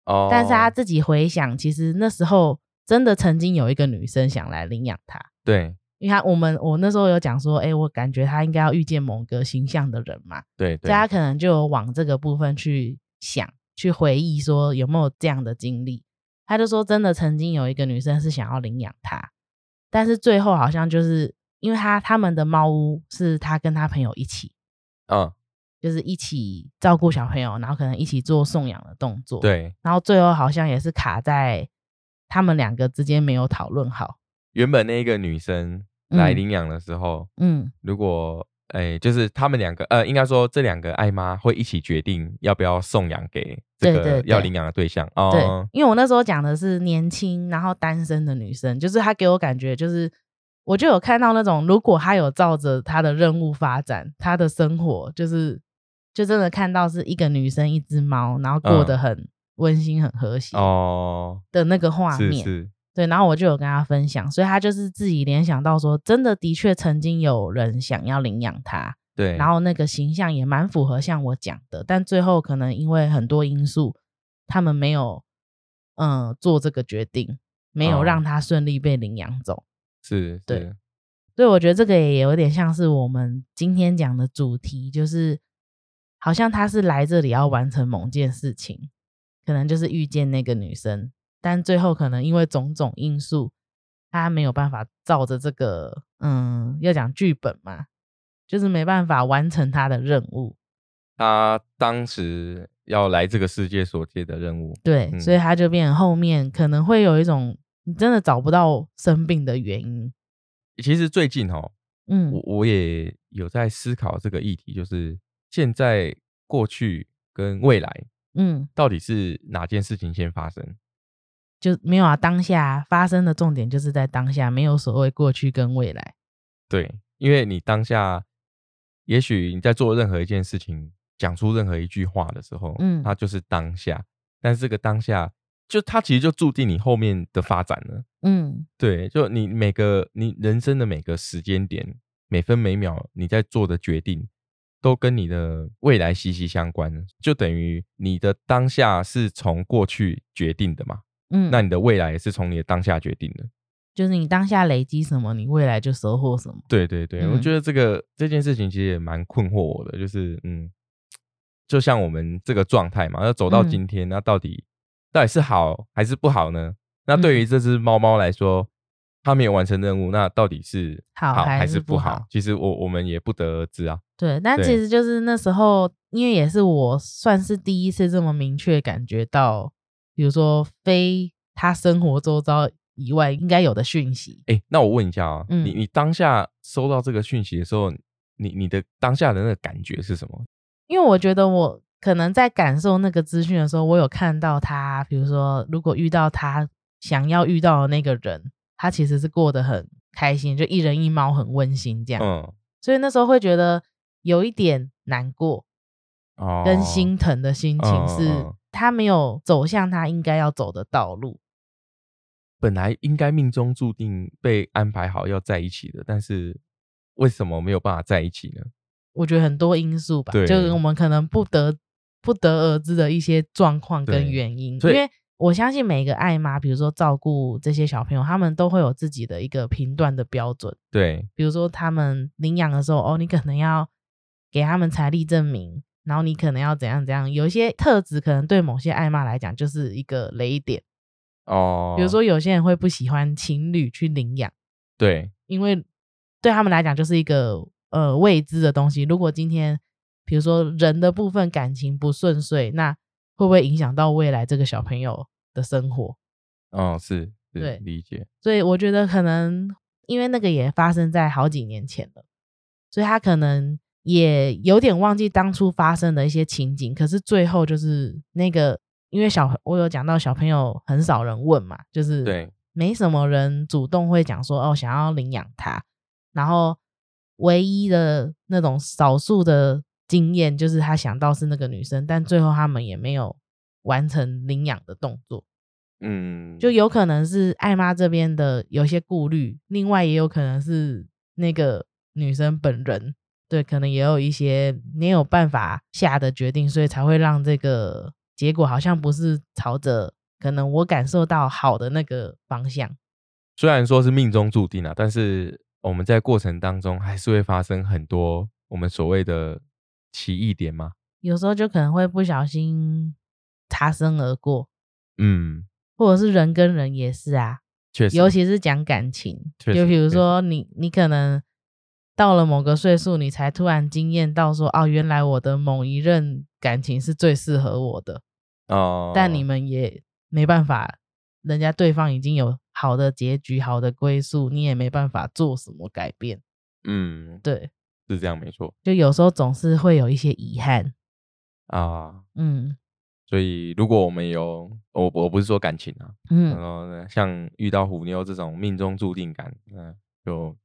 S1: 哦，
S2: 但是他自己回想，其实那时候真的曾经有一个女生想来领养他，
S1: 对
S2: 因为他我们我那时候有讲说，哎，我感觉他应该要遇见某个形象的人嘛，
S1: 对
S2: 所
S1: 对
S2: 以，他可能就有往这个部分去想，去回忆说有没有这样的经历。他就说，真的曾经有一个女生是想要领养他，但是最后好像就是因为他他们的猫屋是他跟他朋友一起，
S1: 嗯
S2: 就是一起照顾小朋友，然后可能一起做送养的动作。，
S1: 对，
S2: 然后最后好像也是卡在他们两个之间没有讨论好。
S1: 原本那个女生来
S2: 嗯
S1: 领养的时候，
S2: 嗯，
S1: 如果诶、就是他们两个，呃，应该说这两个爱妈会一起决定要不要送养给这
S2: 对
S1: 个
S2: 对对
S1: 要领养的对象
S2: 对
S1: 哦，，
S2: 因为我那时候讲的是年轻然后单身的女生，就是她给我感觉就是。我就有看到那种，如果她有照着她的任务发展，她的生活就是，就真的看到是一个女生一只猫，然后过
S1: 嗯
S2: 得很温馨、很和谐
S1: 哦，
S2: 的那个画
S1: 是
S2: 面。
S1: 是，
S2: 对，然后我就有跟他分享，所以他就是自己联想到说，真的的确曾经有人想要领养他，
S1: 对，
S2: 然后那个形象也蛮符合像我讲的，但最后可能因为很多因素，他们没有嗯、呃做这个决定，没有
S1: 哦
S2: 让他顺利被领养走，
S1: 是
S2: 对
S1: 是，
S2: 所以我觉得这个也有点像是我们今天讲的主题，就是好像他是来这里要完成某件事情，可能就是遇见那个女生，但最后可能因为种种因素，他没有办法照着这个嗯，要讲剧本嘛，就是没办法完成他的任务，
S1: 他当时要来这个世界所接的任务，
S2: 对，
S1: 嗯
S2: 所以他就变成后面可能会有一种你真的找不到生病的原因。
S1: 其实最近哦，
S2: 嗯，
S1: 我我也有在思考这个议题，就是现在、过去跟未来
S2: 嗯，
S1: 到底是哪件事情先发生？
S2: 就没有啊。当下发生的重点就是在当下，没有所谓过去跟未来。
S1: 对，因为你当下，也许你在做任何一件事情，讲出任何一句话的时候，
S2: 嗯
S1: 它就是当下。但是这个当下，就它其实就注定你后面的发展了。
S2: 嗯
S1: 对，就你每个你人生的每个时间点，每分每秒你在做的决定，都跟你的未来息息相关，就等于你的当下是从过去决定的嘛，
S2: 嗯，
S1: 那你的未来也是从你的当下决定的。
S2: 就是你当下累积什么，你未来就收获什么。
S1: 对对对，我
S2: 嗯
S1: 觉得这个这件事情其实也蛮困惑我的，就是嗯，就像我们这个状态嘛，要走到
S2: 嗯
S1: 今天，那到底到底是好还是不好呢？那对于
S2: 嗯
S1: 这只猫猫来说，它没有完成任务，那到底是
S2: 好还
S1: 还
S2: 是
S1: 是
S2: 不好
S1: 好？其实我我们也不得而知啊。
S2: 对，但其
S1: 对
S2: 实就是那时候，因为也是我算是第一次这么明确感觉到，比如说非他生活周遭以外应该有的讯息。
S1: 哎，那我问一下啊，
S2: 嗯
S1: 你你当下收到这个讯息的时候，你你的当下的那个感觉是什么？
S2: 因为我觉得我可能在感受那个资讯的时候，我有看到他，比如说如果遇到他想要遇到的那个人，他其实是过得很开心，就一人一猫很温馨这样。
S1: 嗯，
S2: 所以那时候会觉得有一点难过
S1: 哦，
S2: 跟心疼的心情，
S1: 嗯嗯
S2: 是
S1: 嗯
S2: 他没有走向他应该要走的道路。
S1: 本来应该命中注定被安排好要在一起的，但是为什么没有办法在一起呢？
S2: 我觉得很多因素吧，
S1: 对
S2: 就是我们可能不得不得而知的一些状况跟
S1: 对
S2: 原因。因
S1: 所以
S2: 为我相信每个爱妈，比如说照顾这些小朋友，他们都会有自己的一个评断的标准。
S1: 对，
S2: 比如说他们领养的时候，哦，你可能要给他们财力证明，然后你可能要怎样怎样，有一些特质可能对某些爱妈来讲就是一个雷点。
S1: 哦，
S2: 比如说有些人会不喜欢情侣去领养。
S1: 对，
S2: 因为对他们来讲就是一个呃未知的东西。如果今天比如说人的部分感情不顺遂，那会不会影响到未来这个小朋友的生活？
S1: 哦，是，是
S2: 对
S1: 理解，
S2: 所以我觉得可能因为那个也发生在好几年前了，所以他可能也有点忘记当初发生的一些情景。可是最后就是那个，因为小我有讲到小朋友很少人问嘛，就是
S1: 对，
S2: 没什么人主动会讲说哦想要领养它，然后唯一的那种少数的经验就是他想到是那个女生，但最后他们也没有完成领养的动作，
S1: 嗯，
S2: 就有可能是艾妈这边的有些顾虑，另外也有可能是那个女生本人对，可能也有一些没有办法下的决定，所以才会让这个结果好像不是朝着可能我感受到好的那个方向。
S1: 虽然说是命中注定啊，但是我们在过程当中还是会发生很多我们所谓的奇异点嘛，
S2: 有时候就可能会不小心擦身而过，
S1: 嗯，
S2: 或者是人跟人也是啊，
S1: 确实，
S2: 尤其是讲感情，
S1: 确
S2: 就
S1: 实
S2: 比如
S1: 确实
S2: 说你你可能到了某个岁数，你才突然惊艳到说，哦，原来我的某一任感情是最适合我的，
S1: 哦，
S2: 但你们也没办法，人家对方已经有好的结局、好的归宿，你也没办法做什么改变，
S1: 嗯
S2: 对，
S1: 是这样没错
S2: 就有时候总是会有一些遗憾，
S1: 啊，
S2: 嗯
S1: 所以如果我们有我我不是说感情啊，然
S2: 嗯，
S1: 后呢，像遇到虎妞这种命中注定感，嗯、就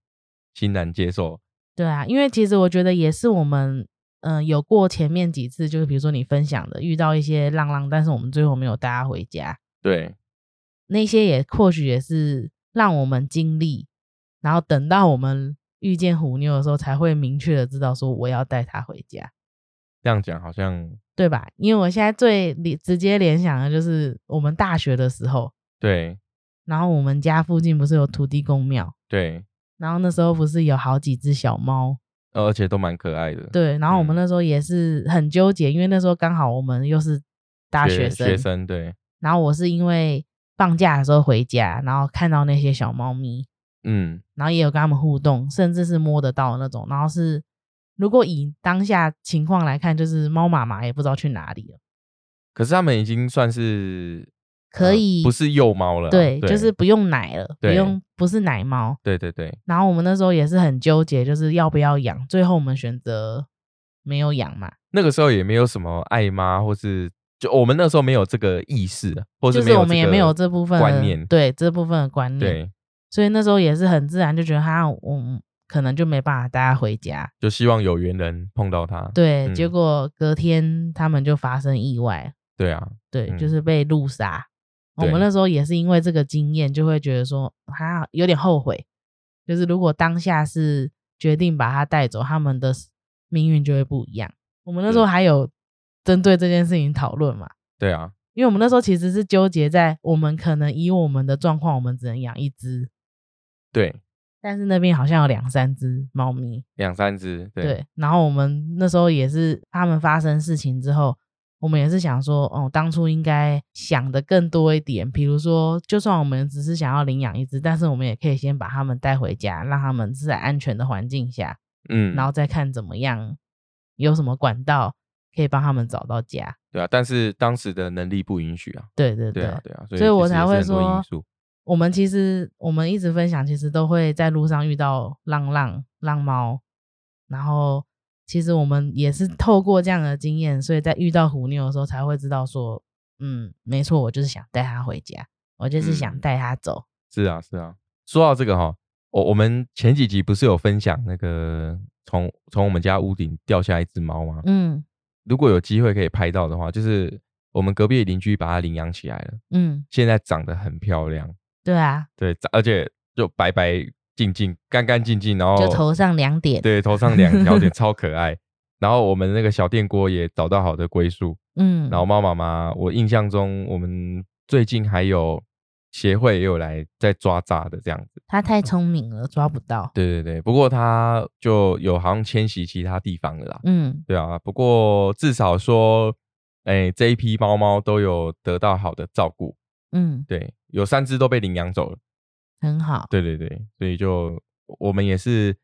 S1: 欣然接受。
S2: 对啊，因为其实我觉得也是我们，嗯、有过前面几次，就是比如说你分享的，遇到一些浪浪，但是我们最后没有带他回家，
S1: 对，
S2: 那些也或许也是让我们经历，然后等到我们遇见虎妞的时候，才会明确的知道说我要带他回家，
S1: 这样讲好像
S2: 对吧？因为我现在最联直接联想的就是我们大学的时候，
S1: 对
S2: 然后我们家附近不是有土地公庙，
S1: 对，
S2: 然后那时候不是有好几只小猫，
S1: 呃而且都蛮可爱的。
S2: 对，然后我们
S1: 嗯
S2: 那时候也是很纠结，因为那时候刚好我们又是大
S1: 学
S2: 啊学生，
S1: 学生对，
S2: 然后我是因为放假的时候回家，然后看到那些小猫咪，
S1: 嗯，
S2: 然后也有跟他们互动，甚至是摸得到的那种，然后是如果以当下情况来看，就是猫妈妈也不知道去哪里了。
S1: 可是他们已经算是
S2: 可
S1: 呃
S2: 以
S1: 不是幼猫了啊，
S2: 对，就是不用奶了，不
S1: 对
S2: 用不是奶猫。
S1: 对对对，
S2: 然后我们那时候也是很纠结，就是要不要养，最后我们选择没有养嘛，
S1: 那个时候也没有什么爱妈，或是就我们那时候没有这个意识啊，或
S2: 就是
S1: 没有
S2: 我们也
S1: 个
S2: 没有这部分的
S1: 观念，
S2: 对这部分的观念，
S1: 对，
S2: 所以那时候也是很自然就觉得哈，我们可能就没办法带它回家。
S1: 就希望有缘人碰到它。
S2: 对，
S1: 嗯
S2: 结果隔天他们就发生意外，
S1: 对啊，
S2: 对，
S1: 嗯
S2: 就是被路杀。我
S1: 对
S2: 们那时候也是因为这个经验，就会觉得说，哈，有点后悔。就是如果当下是决定把它带走，他们的命运就会不一样。我们那时候
S1: 对
S2: 还有针对这件事情讨论嘛，
S1: 对啊，
S2: 因为我们那时候其实是纠结在我们可能以我们的状况，我们只能养一只，
S1: 对，
S2: 但是那边好像有两三只猫咪，
S1: 两三只，对，
S2: 对。然后我们那时候也是他们发生事情之后，我们也是想说，哦，当初应该想的更多一点，比如说，就算我们只是想要领养一只，但是我们也可以先把它们带回家，让它们是在安全的环境下，
S1: 嗯，
S2: 然后再看怎么样，有什么管道可以帮他们找到家。
S1: 对啊，但是当时的能力不允许啊，
S2: 对对
S1: 对啊，对啊，所以
S2: 所以我
S1: 其实
S2: 才
S1: 也是
S2: 会
S1: 很多
S2: 说
S1: 因素
S2: 我们其实我们一直分享，其实都会在路上遇到浪浪、浪猫，然后其实我们也是透过这样的经验，所以在遇到虎妞的时候才会知道说，嗯，没错，我就是想带它回家，我就是想
S1: 嗯
S2: 带它走。
S1: 是啊，是啊。说到这个哈，我我们前几集不是有分享那个从从我们家屋顶掉下一只猫吗？
S2: 嗯
S1: 如果有机会可以拍到的话，就是我们隔壁的邻居把它领养起来了，
S2: 嗯，
S1: 现在长得很漂亮，
S2: 对啊，
S1: 对，长而且就白白净净、干干净净，然后
S2: 就头上两点。
S1: 哦对头上两 条点，超可爱。然后我们那个小电锅也找到好的归宿，
S2: 嗯，
S1: 然后猫妈妈，我印象中我们最近还有协会也有来在抓诈的这样子。
S2: 它太聪明了，抓不到。
S1: 对对对，不过它就有好像迁徙其他地方了啦。
S2: 嗯，
S1: 对啊，不过至少说，哎，这一批猫猫都有得到好的照顾。
S2: 嗯，
S1: 对，有三只都被领养走了。
S2: 很好。
S1: 对对对，所以就我们也是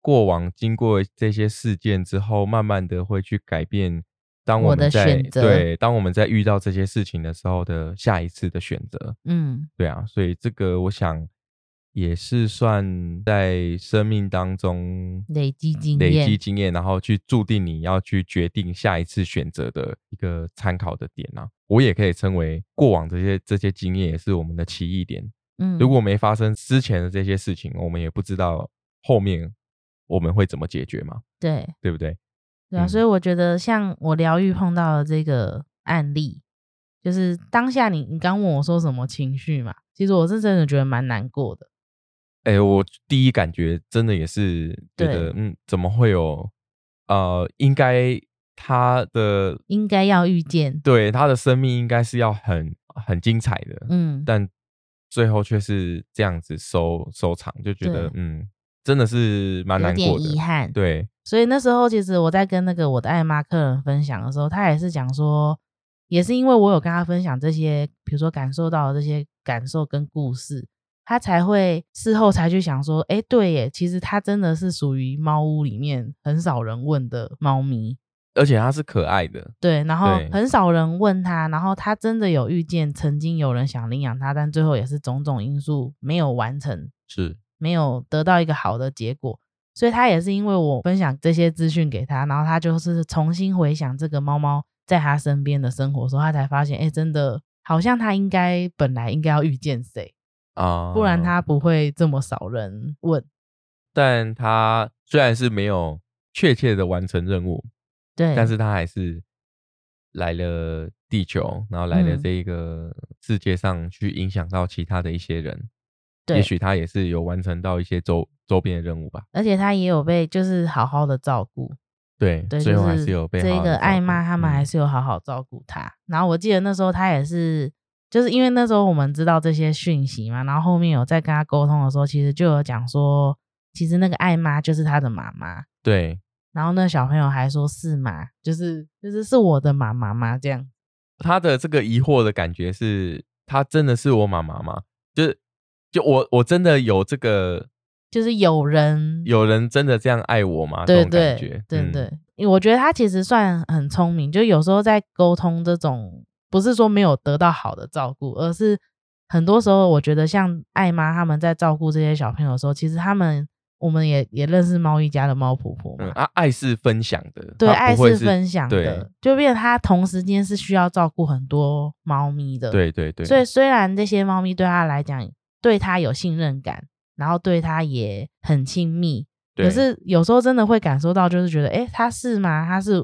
S1: 过往经过这些事件之后，慢慢的会去改变。当
S2: 我的
S1: 们在
S2: 选择
S1: 对，当我们在遇到这些事情的时候的下一次的选择，
S2: 嗯
S1: 对啊，所以这个我想也是算在生命当中
S2: 累积经
S1: 累积
S2: 验
S1: 经验，然后去注定你要去决定下一次选择的一个参考的点啊。我也可以称为过往这些这些经验也是我们的奇异点。
S2: 嗯，
S1: 如果没发生之前的这些事情，我们也不知道后面我们会怎么解决嘛，
S2: 对
S1: 对不对？
S2: 对啊，所以
S1: 嗯
S2: 我觉得像我疗愈碰到的这个案例，就是当下你你刚问我说什么情绪嘛，其实我是真的觉得蛮难过的。
S1: 哎、我第一感觉真的也是觉得
S2: 嗯对，
S1: 嗯，怎么会有？呃，应该他的
S2: 应该要遇见，
S1: 对他的生命应该是要很很精彩的，
S2: 嗯，
S1: 但最后却是这样子收收场，就觉得
S2: 对
S1: 嗯，真的是蛮
S2: 有
S1: 难
S2: 点
S1: 过的
S2: 遗。憾。
S1: 对，
S2: 所以那时候其实我在跟那个我的爱妈客人分享的时候，他也是讲说，也是因为我有跟他分享这些，比如说感受到的这些感受跟故事，他才会事后才去想说，哎，对耶，其实他真的是属于猫屋里面很少人问的猫咪。
S1: 而且他是可爱的，
S2: 对，然后
S1: 对
S2: 很少人问他，然后他真的有遇见曾经有人想领养他，但最后也是种种因素没有完成，
S1: 是
S2: 没有得到一个好的结果，所以他也是因为我分享这些资讯给他，然后他就是重新回想这个猫猫在他身边的生活的时候，他才发现，哎，真的好像他应该本来应该要遇见谁，
S1: 啊，
S2: 不然他不会这么少人问。
S1: 但他虽然是没有确切的完成任务，
S2: 对，
S1: 但是他还是来了地球，然后来了
S2: 嗯
S1: 这一个世界上去影响到其他的一些人。
S2: 对
S1: 也许他也是有完成到一些周周边的任务吧。
S2: 而且他也有被就是好好的照顾，
S1: 对，
S2: 对，
S1: 最
S2: 就
S1: 后还是有被
S2: 这
S1: 好
S2: 一
S1: 好地
S2: 个
S1: 照
S2: 艾
S1: 顾
S2: 妈他们还
S1: 嗯
S2: 是有好好照顾他。然后我记得那时候他也是，就是因为那时候我们知道这些讯息嘛，然后后面有在跟他沟通的时候，其实就有讲说，其实那个艾妈就是他的妈妈。
S1: 对
S2: 然后那小朋友还说是嘛，就是就是是我的妈妈嘛这样。
S1: 他的这个疑惑的感觉是，他真的是我妈妈吗？就是就我我真的有这个
S2: 就是有人
S1: 有人真的这样爱我吗？
S2: 对
S1: 这种感
S2: 对
S1: 觉，
S2: 对
S1: 嗯
S2: 对，因为我觉得他其实算很聪明，就有时候在沟通这种，不是说没有得到好的照顾，而是很多时候我觉得像艾妈他们在照顾这些小朋友的时候，其实他们我们也也认识猫一家的猫婆婆嘛，
S1: 嗯啊，爱是分享的，
S2: 对，
S1: 它
S2: 爱
S1: 不会是
S2: 分享的，就变成他同时间是需要照顾很多猫咪的，
S1: 对对对，
S2: 所以虽然这些猫咪对他来讲，对他有信任感，然后对他也很亲密，可
S1: 对
S2: 是有时候真的会感受到，就是觉得，诶，他是吗？他是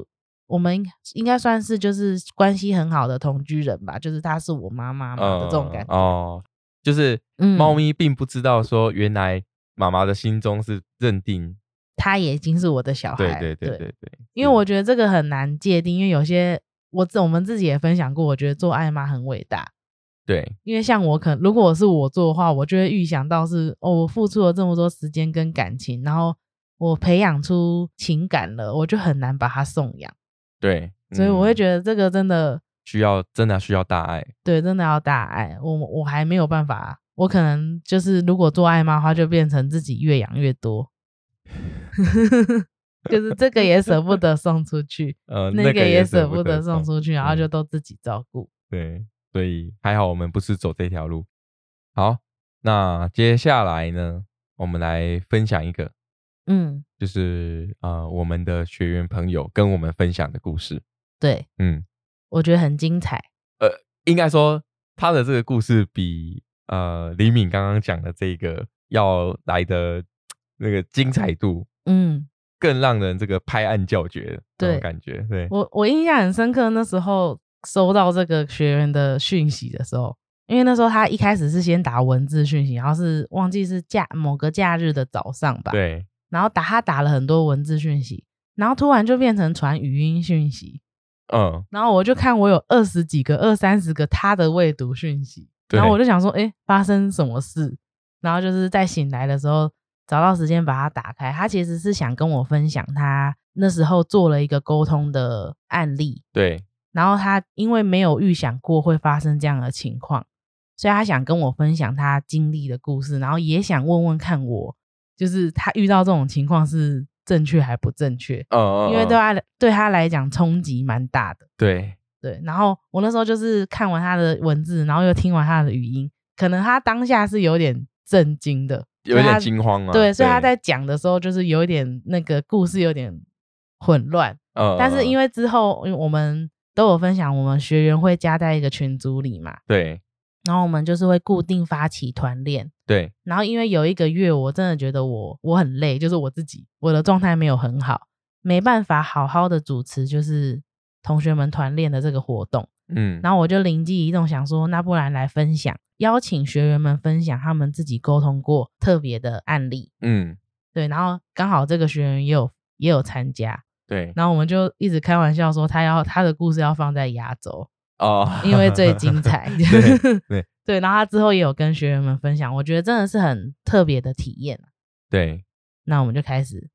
S2: 我们应应该算是就是关系很好的同居人吧，就是他是我妈妈嘛的这种感
S1: 嗯
S2: 觉。
S1: 哦，就是
S2: 嗯
S1: 猫咪并不知道说原来妈妈的心中是认定，
S2: 他也已经是我的小孩
S1: 对
S2: 了，
S1: 对对嗯对对，
S2: 因为我觉得这个很难界定，因为有些我自我们自己也分享过，我觉得做爱妈很伟大，
S1: 对
S2: 因为像我可能，如果我是我做的话，我就会预想到是哦，我付出了这么多时间跟感情，然后我培养出情感了，我就很难把它送养，
S1: 对，
S2: 所以我会
S1: 得
S2: 觉得这个真的、
S1: 需要真的需要大爱，
S2: 对，真的要大爱。我我还没有办法，我可能就是如果做爱妈的话，就变成自己越养越多， 就是这个也舍不得送出去，
S1: 呃，
S2: 那
S1: 个
S2: 个也
S1: 舍
S2: 舍不得送出去，然后就
S1: 嗯
S2: 都自己照顾。
S1: 对，所以还好我们不是走这条路。好，那接下来呢，我们来分享一个，
S2: 嗯，
S1: 就是呃我们的学员朋友跟我们分享的故事，
S2: 对，
S1: 嗯。
S2: 我觉得很精彩。
S1: 应该说他的这个故事比呃李敏刚刚讲的这个要来的那个精彩度
S2: 嗯，
S1: 更让人这个拍案叫绝的那
S2: 对
S1: 种感觉。对，
S2: 我我印象很深刻，那时候收到这个学员的讯息的时候，因为那时候他一开始是先打文字讯息，然后是忘记是假某个假日的早上吧，
S1: 对，
S2: 然后打他打了很多文字讯息，然后突然就变成传语音讯息，
S1: 嗯，
S2: 然后我就看我有二十几个、二三十个他的未读讯息，
S1: 对
S2: 然后我就想说，哎，发生什么事？然后就是在醒来的时候找到时间把它打开，他其实是想跟我分享他那时候做了一个沟通的案例，
S1: 对，
S2: 然后他因为没有预想过会发生这样的情况，所以他想跟我分享他经历的故事，然后也想问问看我，就是他遇到这种情况是正确还不正确，
S1: 嗯嗯，
S2: 因为
S1: 嗯
S2: 对他啊来对他来讲冲击蛮大的。
S1: 对
S2: 对，然后我那时候就是看完他的文字，然后又听完他的语音，可能他当下是有点震惊的，
S1: 有
S2: 所以
S1: 点
S2: 他
S1: 惊慌啊。
S2: 对，所以他在讲的时候就是有一点那个故事有点混乱，
S1: 嗯，
S2: 但是因
S1: 为
S2: 为之后因为我们都有分享，我们学员会加在一个群组里嘛，
S1: 对
S2: 然后我们就是会固定发起团练。
S1: 对
S2: 然后因为有一个月，我真的觉得我我很累，就是我自己我的状态没有很好，没办法好好的主持就是同学们团练的这个活动。
S1: 嗯，
S2: 然后我就灵机一动，想说那不然来分享，邀请学员们分享他们自己沟通过特别的案例。
S1: 嗯
S2: 对，然后刚好这个学员也有也有参加，
S1: 对
S2: 然后我们就一直开玩笑说，他要他的故事要放在压轴，
S1: 哦，
S2: 因为最精彩。
S1: 对对
S2: 对然后他之后也有跟学员们分享，我觉得真的是很特别的体验。 啊
S1: 对，
S2: 那我们就开始，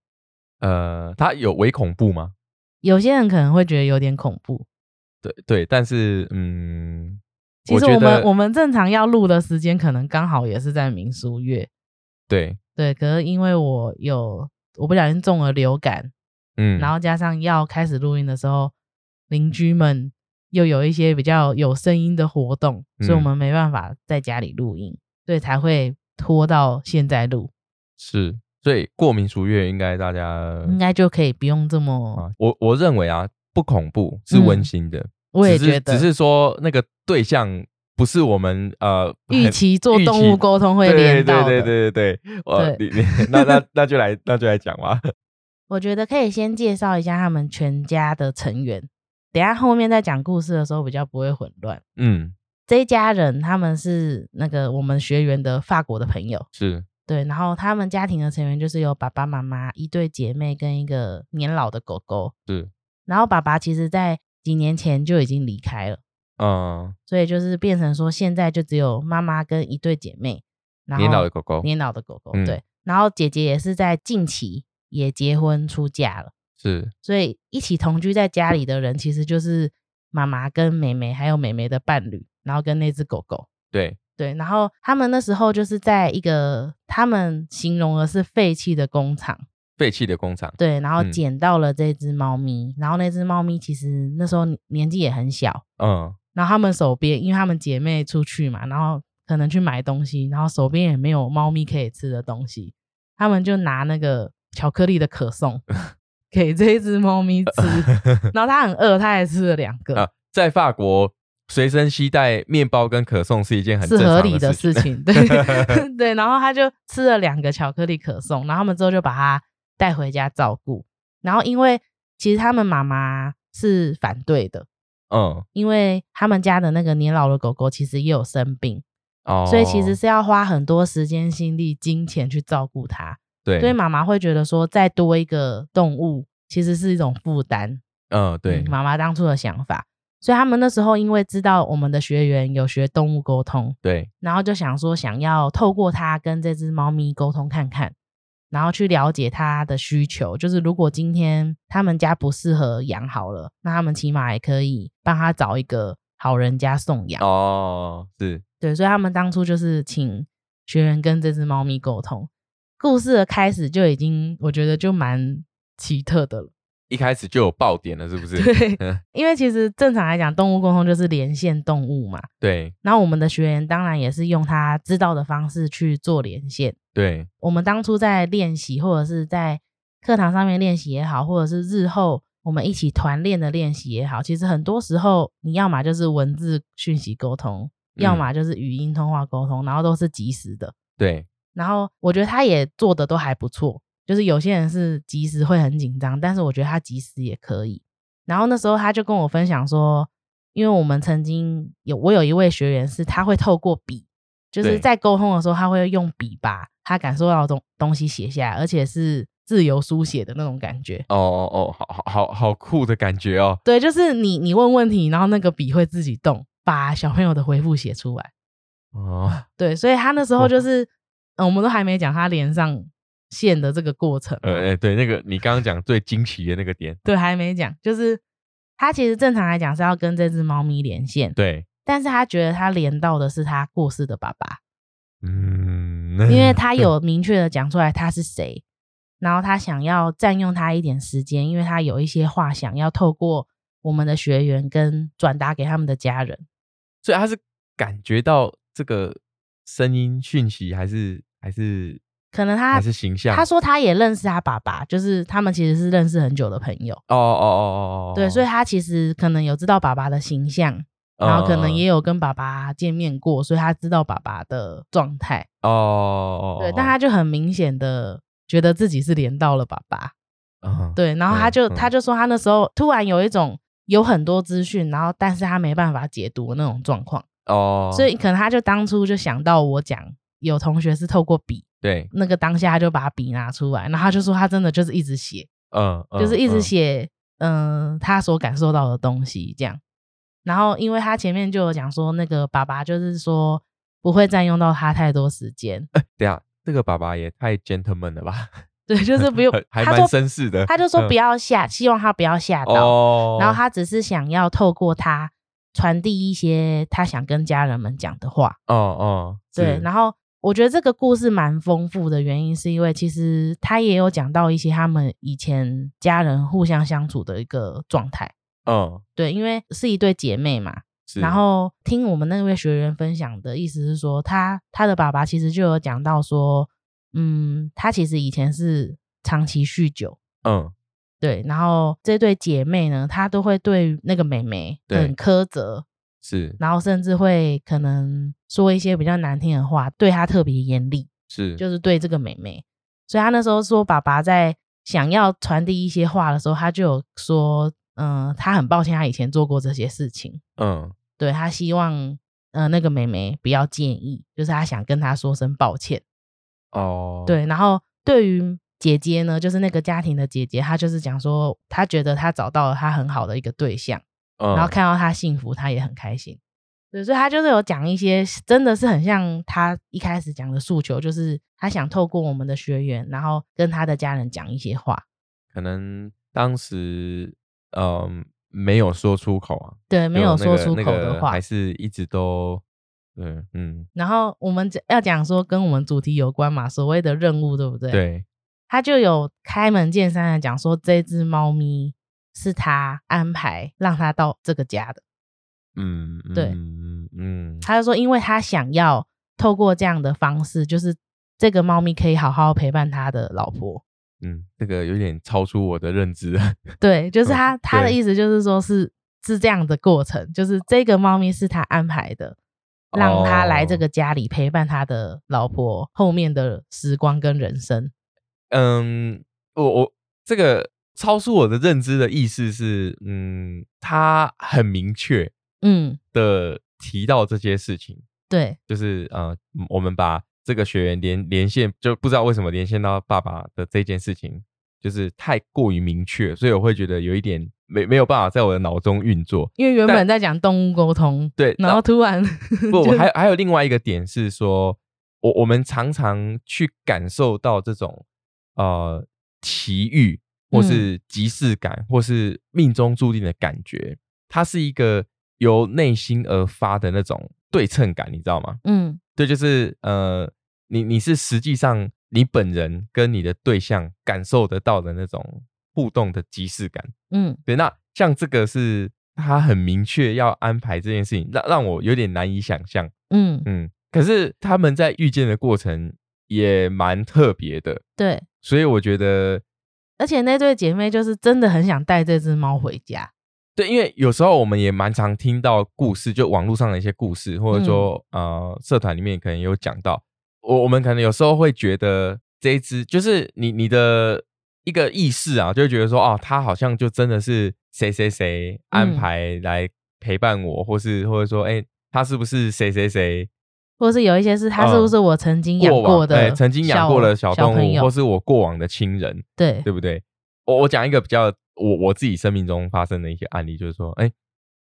S1: 呃，他有微恐怖吗？
S2: 有些人可能会觉得有点恐怖。
S1: 对对，但是嗯，
S2: 其实
S1: 觉
S2: 我们
S1: 得
S2: 我们正常要录的时间，可能刚好也是在民俗月，
S1: 对，
S2: 对。可是因为我有我不小心中了流感，
S1: 嗯，
S2: 然后加上要开始录音的时候，邻居们又有一些比较有声音的活动，所以我
S1: 嗯
S2: 们没办法在家里录音，所以才会拖到现在录，
S1: 是，所以过民俗月应该大家
S2: 应该就可以不用这么。
S1: 啊，我我认为啊，不恐怖，是
S2: 嗯
S1: 温馨的。
S2: 我也
S1: 只是
S2: 觉得
S1: 只 是说那个对象不是我们呃
S2: 预
S1: 很
S2: 期做
S1: 预
S2: 动物
S1: 期
S2: 沟通会
S1: 对
S2: 连到
S1: 对对
S2: 的，
S1: 对对对，呃，
S2: 对嗯
S1: 你 你那那那就来那就来讲吧。
S2: 我觉得可以先介绍一下他们全家的成员，等一下后面在讲故事的时候比较不会混乱。
S1: 嗯，
S2: 这一家人他们是那个我们学员的法国的朋友，
S1: 是，
S2: 对，然后他们家庭的成员就是有爸爸妈妈、一对姐妹跟一个年老的狗狗。
S1: 是，
S2: 然后爸爸其实在几年前就已经离开了，
S1: 嗯，
S2: 所以就是变成说现在就只有妈妈跟一对姐妹，然后
S1: 年老的狗狗
S2: 年老的狗狗，
S1: 嗯
S2: 对。然后姐姐也是在近期也结婚出嫁了，
S1: 是，
S2: 所以一起同居在家里的人其实就是妈妈跟妹妹还有妹妹的伴侣，然后跟那只狗狗。
S1: 对，
S2: 对，然后他们那时候就是在一个他们形容的是废弃的工厂，
S1: 废弃的工厂，
S2: 对，然后
S1: 嗯
S2: 捡到了这只猫咪，然后那只猫咪其实那时候年纪也很小，
S1: 嗯，
S2: 然后他们手边因为他们姐妹出去嘛，然后可能去买东西，然后手边也没有猫咪可以吃的东西，他们就拿那个巧克力的可颂给这一只猫咪吃，然后它很饿，它还吃了两个，
S1: 啊，在法国随身携带面包跟可颂是一件很
S2: 是
S1: 正常
S2: 合理的
S1: 事
S2: 事。情，对对。然后他就吃了两个巧克力可颂，然后他们之后就把它带回家照顾。然后因为其实他们妈妈是反对的，
S1: 嗯，
S2: 因为他们家的那个年老的狗狗其实也有生病，
S1: 哦，
S2: 所以其实是要花很多时间、心力、金钱去照顾它。
S1: 对，
S2: 所以妈妈会觉得说，再多一个动物其实是一种负担。
S1: 嗯，对
S2: 嗯，妈妈当初的想法。所以他们那时候因为知道我们的学员有学动物沟通，
S1: 对，
S2: 然后就想说想要透过它跟这只猫咪沟通看看，然后去了解它的需求。就是如果今天他们家不适合养好了，那他们起码也可以帮他找一个好人家送养。
S1: 哦，是，
S2: 对，所以他们当初就是请学员跟这只猫咪沟通。故事的开始就已经我觉得就蛮奇特的了。
S1: 一开始就有爆点了，是不是？
S2: 对
S1: 嗯
S2: 因为其实正常来讲，动物沟通就是连线动物嘛。
S1: 对
S2: 然后我们的学员当然也是用他知道的方式去做连线。
S1: 对，
S2: 我们当初在练习，或者是在课堂上面练习也好，或者是日后我们一起团练的练习也好，其实很多时候你要么就是文字讯息沟通，
S1: 嗯
S2: 要么就是语音通话沟通，然后都是及时的。
S1: 对，
S2: 然后我觉得他也做的都还不错，就是有些人是及时会很紧张，但是我觉得他及时也可以。然后那时候他就跟我分享说，因为我们曾经有我有一位学员是他会透过笔，就是
S1: 对
S2: 在沟通的时候他会用笔把他感受到的东东西写下来，而且是自由书写的那种感觉。
S1: 哦哦哦，好好好好酷的感觉哦，
S2: 对，就是你你问问题，然后那个笔会自己动，把小朋友的回复写出来。
S1: 哦，
S2: 对，所以他那时候就是，嗯，我们都还没讲他连上线的这个过程嘛。
S1: 呃，哎对，那个你刚刚讲最惊奇的那个点，
S2: 对，还没讲，就是他其实正常来讲是要跟这只猫咪连线，
S1: 对，
S2: 但是他觉得他连到的是他过世的爸爸，
S1: 嗯，
S2: 因为他有明确的讲出来他是谁，然后他想要占用他一点时间，因为他有一些话想要透过我们的学员跟转达给他们的家人。
S1: 所以他是感觉到这个声音讯息，还是还是
S2: 可能他
S1: 还是形象？
S2: 他说他也认识他爸爸，就是他们其实是认识很久的朋友，
S1: 哦哦哦哦哦，
S2: 对，所以
S1: 以
S2: 他其实可能有知道爸爸的形象，
S1: 嗯
S2: 然后可能也有跟爸爸见面过，所以他知道爸爸的状态。
S1: 哦哦，
S2: 对，但他就很明显的觉得自己是连到了爸爸。
S1: 他
S2: 对，然后他
S1: 嗯
S2: 就、
S1: 嗯
S2: 他就说他那时候突然有一种有很多资讯，然后但是他没办法解读的那种状况，
S1: 哦，
S2: 所以可能他就当初就想到我讲。有同学是透过笔，
S1: 对，
S2: 那个当下他就把笔拿出来，然后他就说他真的就是一直写，
S1: 嗯，
S2: 就是一直
S1: 嗯
S2: 写，嗯、他所感受到的东西这样。然后，因为他前面就有讲说，那个爸爸就是说不会占用到他太多时间，
S1: 对啊，这个爸爸也太 gentleman 了吧？。
S2: 对，就是不用
S1: 还
S2: 他
S1: 蛮
S2: 说
S1: 绅士的
S2: 他就说
S1: 嗯
S2: 不要吓，希望他不要吓到。
S1: 哦，
S2: 然后他只是想要透过他传递一些他想跟家人们讲的话。
S1: 哦哦，
S2: 对，
S1: 是
S2: 然后我觉得这个故事蛮丰富的原因，是因为其实他也有讲到一些他们以前家人互相相处的一个状态。
S1: 嗯
S2: 对，因为是一对姐妹嘛。
S1: 是，
S2: 然后听我们那位学员分享的意思是说，他他的爸爸其实就有讲到说，嗯，他其实以前是长期酗酒，
S1: 嗯
S2: 对，然后这对姐妹呢，她都会对那个妹妹
S1: 对
S2: 很苛责，
S1: 是
S2: 然后甚至会可能说一些比较难听的话，对她特别严厉，
S1: 是
S2: 就是对这个妹妹。所以她那时候说，爸爸在想要传递一些话的时候，他就有说，嗯、他很抱歉，他以前做过这些事情，
S1: 嗯
S2: 对他希望，呃，那个妹妹不要介意，就是他想跟她说声抱歉。
S1: 哦
S2: 对，然后对于姐姐呢，就是那个家庭的姐姐，她就是讲说，她觉得她找到了她很好的一个对象，
S1: 嗯
S2: 然后看到她幸福，她也很开心。对，所以她就是有讲一些，真的是很像她一开始讲的诉求，就是她想透过我们的学员，然后跟她的家人讲一些话。
S1: 可能当时嗯没有说出口啊，
S2: 对，没
S1: 就
S2: 有
S1: 那
S2: 说
S1: 个
S2: 出
S1: 那
S2: 口
S1: 个
S2: 的话，
S1: 还是一直都对，嗯，
S2: 然后我们讲要讲说跟我们主题有关嘛，所谓的任务，对不对？，
S1: 对，
S2: 他就有开门见山的讲说，这只猫咪是他安排让它到这个家的。
S1: 嗯，
S2: 对
S1: 嗯嗯，
S2: 他就说，因为他想要透过这样的方式，就是这个猫咪可以好好陪伴他的老婆。
S1: 嗯，这个有点超出我的认知。
S2: 对，就
S1: 嗯
S2: 是他、他的
S1: 对
S2: 意思就是说是是这样的过程，就是这个猫咪是他安排的，让他来这
S1: 哦
S2: 个家里陪伴他的老婆后面的时光跟人生。
S1: 嗯，我我这个超出我的认知的意思是，嗯，他很明确
S2: 嗯，
S1: 的提到这些事情，
S2: 对，
S1: 就是呃，嗯我们把这个学员连连线，就不知道为什么连线到爸爸的这件事情，就是太过于明确，所以我会觉得有一点没没有办法在我的脑中运作。
S2: 因为原
S1: 但
S2: 本在讲动物沟通，
S1: 对，
S2: 然 后突 然
S1: 不，
S2: 就
S1: 还有还有另外一个点是说，我我们常常去感受到这种呃奇遇，或是即视感，或是命中注定的感觉，它是一个由内心而发的那种对称感，你知道吗？
S2: 嗯
S1: 对，就是呃，你你是实际上你本人跟你的对象感受得到的那种互动的即视感。
S2: 嗯
S1: 对，那像这个是他很明确要安排这件事情，让让我有点难以想象。
S2: 嗯，
S1: 嗯，可是他们在遇见的过程也蛮特别的，
S2: 对。
S1: 所以我觉得，
S2: 而且那对姐妹就是真的很想带这只猫回家，
S1: 对，因为有时候我们也蛮常听到故事，就网络上的一些故事，或
S2: 嗯
S1: 者说、呃，社团里面可能有讲到，我我们可能有时候会觉得这一只就是你你的一个意识啊，就会觉得说，哦，它好像就真的是谁谁谁安
S2: 嗯
S1: 排来陪伴我，或是或者说，哎、它是不是谁谁谁
S2: 或是有一些是它是不是我曾经养
S1: 嗯过往
S2: 的、
S1: 哎曾经养过的小动
S2: 朋
S1: 物，
S2: 友
S1: 或是我过往的亲人，
S2: 对，
S1: 对不对？我我讲一个比较我我自己生命中发生的一些案例，就是说，哎，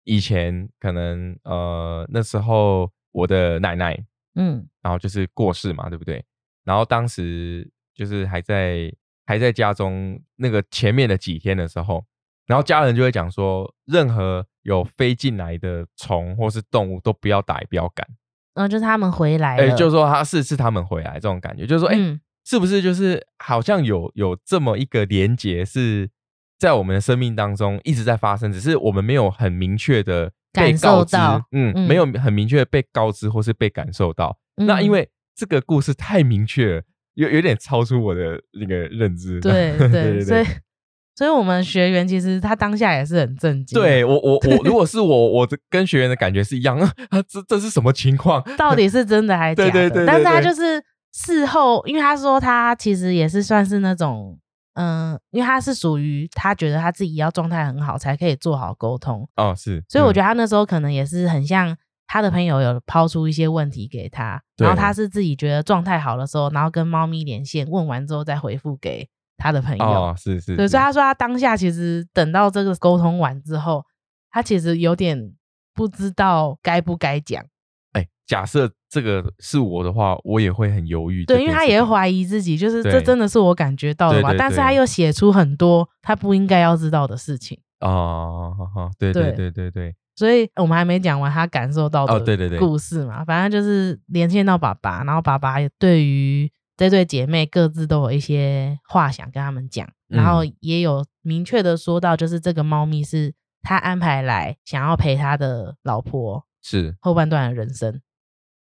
S1: 以前可能呃那时候我的奶奶，
S2: 嗯
S1: 然后就是过世嘛，对不对？然后当时就是还在还在家中那个前面的几天的时候，然后家人就会讲说，任何有飞进来的虫或是动物都不要打标杆，
S2: 然后就是他们回来
S1: 哎，
S2: 了，
S1: 就是说他是是他们回来这种感觉，就是说，哎、
S2: 嗯
S1: 是不是就是好像有有这么一个连结，是在我们的生命当中一直在发生，只是我们没有很明确的被
S2: 感
S1: 告
S2: 受
S1: 知，
S2: 到
S1: 嗯，
S2: 嗯
S1: 没有很明确地被告知或是被感受到。那因
S2: 嗯
S1: 为这个故事太明确了，有有点超出我的那个认知。
S2: 对
S1: 对
S2: 对，
S1: 对
S2: 所以 所以我们学员其实他当下也是很震 惊，
S1: 对，我我我，如果是我，我的跟学员的感觉是一样啊， 啊这这是什么情况？
S2: 到底是真的还是假
S1: 对对
S2: 的？
S1: 对对
S2: 但是他
S1: 对
S2: 就是事后，因为他说他其实也是算是那种，嗯，因为他是属于他觉得他自己要状态很好才可以做好沟通，
S1: 哦，是，
S2: 所以我
S1: 得
S2: 觉得他那时候可能也是很像他的朋友有抛出一些问题给他，
S1: 对
S2: 然后他是自己觉得状态好的时候，然后跟猫咪连线，问完之后再回复给他的朋友。
S1: 哦，是是，
S2: 对，
S1: 是
S2: 所以他说他当下其实等到这个沟通完之后，他其实有点不知道该不该讲。
S1: 哎、假设这个是我的话，我也会很犹豫这
S2: 对，
S1: 件事情。
S2: 因为他也怀疑自己，就是这
S1: 对
S2: 真的是我感觉到的吗？
S1: 对对
S2: 但是
S1: 对
S2: 他又写出很多他不应该要知道的事情，
S1: 哦，好好对对对
S2: 对
S1: 对对，
S2: 所以呃我们还没讲完他感受到
S1: 哦对对
S2: 的
S1: 对
S2: 故事嘛。反正就是连线到爸爸，然后爸爸也对于这对姐妹各自都有一些话想跟他们讲，然后
S1: 嗯
S2: 也有明确的说到，就是这个猫咪是他安排来想要陪他的老婆
S1: 是
S2: 后半段的人生。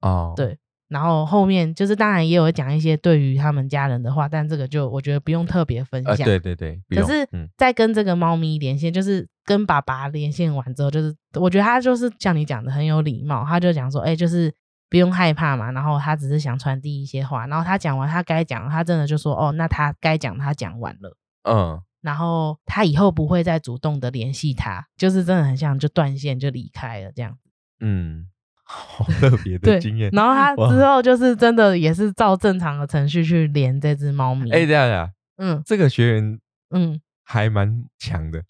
S1: 哦，
S2: 对然后后面就是当然也有讲一些对于他们家人的话，但这个就我觉得不用特别分
S1: 呃，
S2: 享。
S1: 对对对，不
S2: 可
S1: 用
S2: 是
S1: 嗯，
S2: 在跟这个猫咪连线，就是跟爸爸连线完之后，就是我觉得他就是像你讲的很有礼貌，他就讲说，哎、就是不用害怕嘛，然后他只是想传递一些话，然后他讲完他该讲的，他真的就说，哦，那他该讲的他讲完了。
S1: 嗯，
S2: 然后他以后不会再主动的联系他，就是真的很像就断线就离开了这样。
S1: 嗯， 好特别
S2: 对
S1: 的经验。
S2: 然后他
S1: 哇
S2: 之后就是真的也是照正常的程序去连这只猫咪。
S1: 哎、这样呀，
S2: 嗯
S1: 这个学员
S2: 嗯，
S1: 还蛮强 的。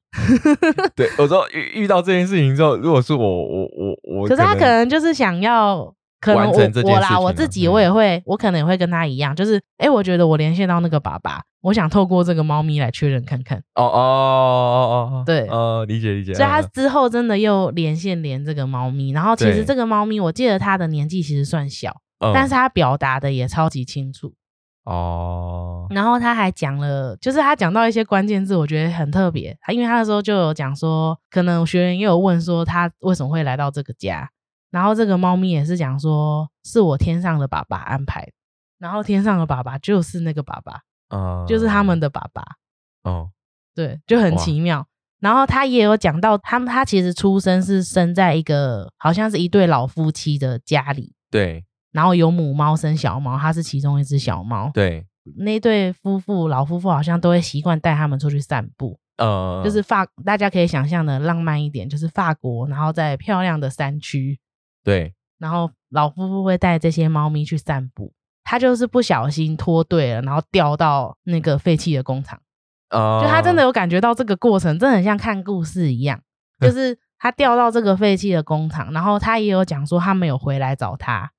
S1: 对，我说遇遇到这件事情之后，如果是我，我我我，
S2: 可是他可能就是想要。可能
S1: 完
S2: 我
S1: 成这件
S2: 我
S1: 事
S2: 啦，
S1: 情
S2: 我
S1: 啊
S2: 自己
S1: 嗯
S2: 我也会，我可能也会跟他一样，就是哎、诶我觉得我连线到那个爸爸，我想透过这个猫咪来确认看看。
S1: 哦哦哦哦哦，
S2: 对
S1: 哦，理解理解。
S2: 所以
S1: 嗯
S2: 他
S1: 嗯
S2: 之后真的又连线连这个猫咪，然后其
S1: 对
S2: 实这个猫咪，我记得它的年纪其实算小，
S1: 嗯
S2: 但是它表达的也超级清楚。
S1: 哦，
S2: 然后他还讲了，就是他讲到一些关键字，我觉得很特别。他因为他那时候就有讲说，可能学员也有问说他为什么会来到这个家，然后这个猫咪也是讲说是我天上的爸爸安排的，然后天上的爸爸就是那个爸爸，
S1: 嗯，
S2: 就是他们的爸爸，
S1: 哦，
S2: 对，就很
S1: 哇
S2: 奇妙。然后他也有讲到，他们他其实出生是生在一个好像是一对老夫妻的家里，
S1: 对
S2: 然后有母猫生小猫，它是其中一只小猫，
S1: 对，
S2: 那对夫妇老夫妇好像都会习惯带他们出去散步，
S1: 呃，
S2: 就是法大家可以想象的浪漫一点，就是法国，然后在漂亮的山区，
S1: 对，
S2: 然后老夫妇会带这些猫咪去散步。他就是不小心脱队了，然后掉到那个废弃的工厂，
S1: 呃，
S2: 就他真的有感觉到这个过程，真的很像看故事一样，
S1: 嗯
S2: 就是他掉到这个废弃的工厂，然后他也有讲说他们有回来找他，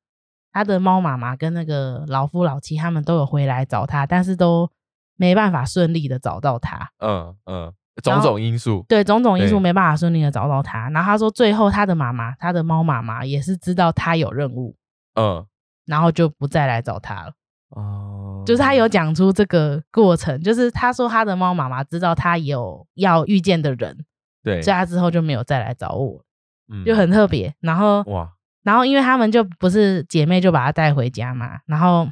S2: 他的猫妈妈跟那个老夫老妻他们都有回来找他，但是都没办法顺利的找到他，
S1: 嗯嗯，
S2: 然
S1: 种
S2: 后
S1: 种因素，
S2: 对种种因素
S1: 对
S2: 没办法顺利的找到他，然后他说最后他的妈妈，他的猫妈妈也是知道他有任务，
S1: 嗯
S2: 然后就不再来找他了。
S1: 哦，
S2: 就是他有讲出这个过程，就是他说他的猫妈妈知道他有要遇见的人，
S1: 对，
S2: 所以他之后就没有再来找我，
S1: 嗯
S2: 就很特别。然后，
S1: 哇，
S2: 然后因为他们就不是姐妹，就把她带回家嘛。然后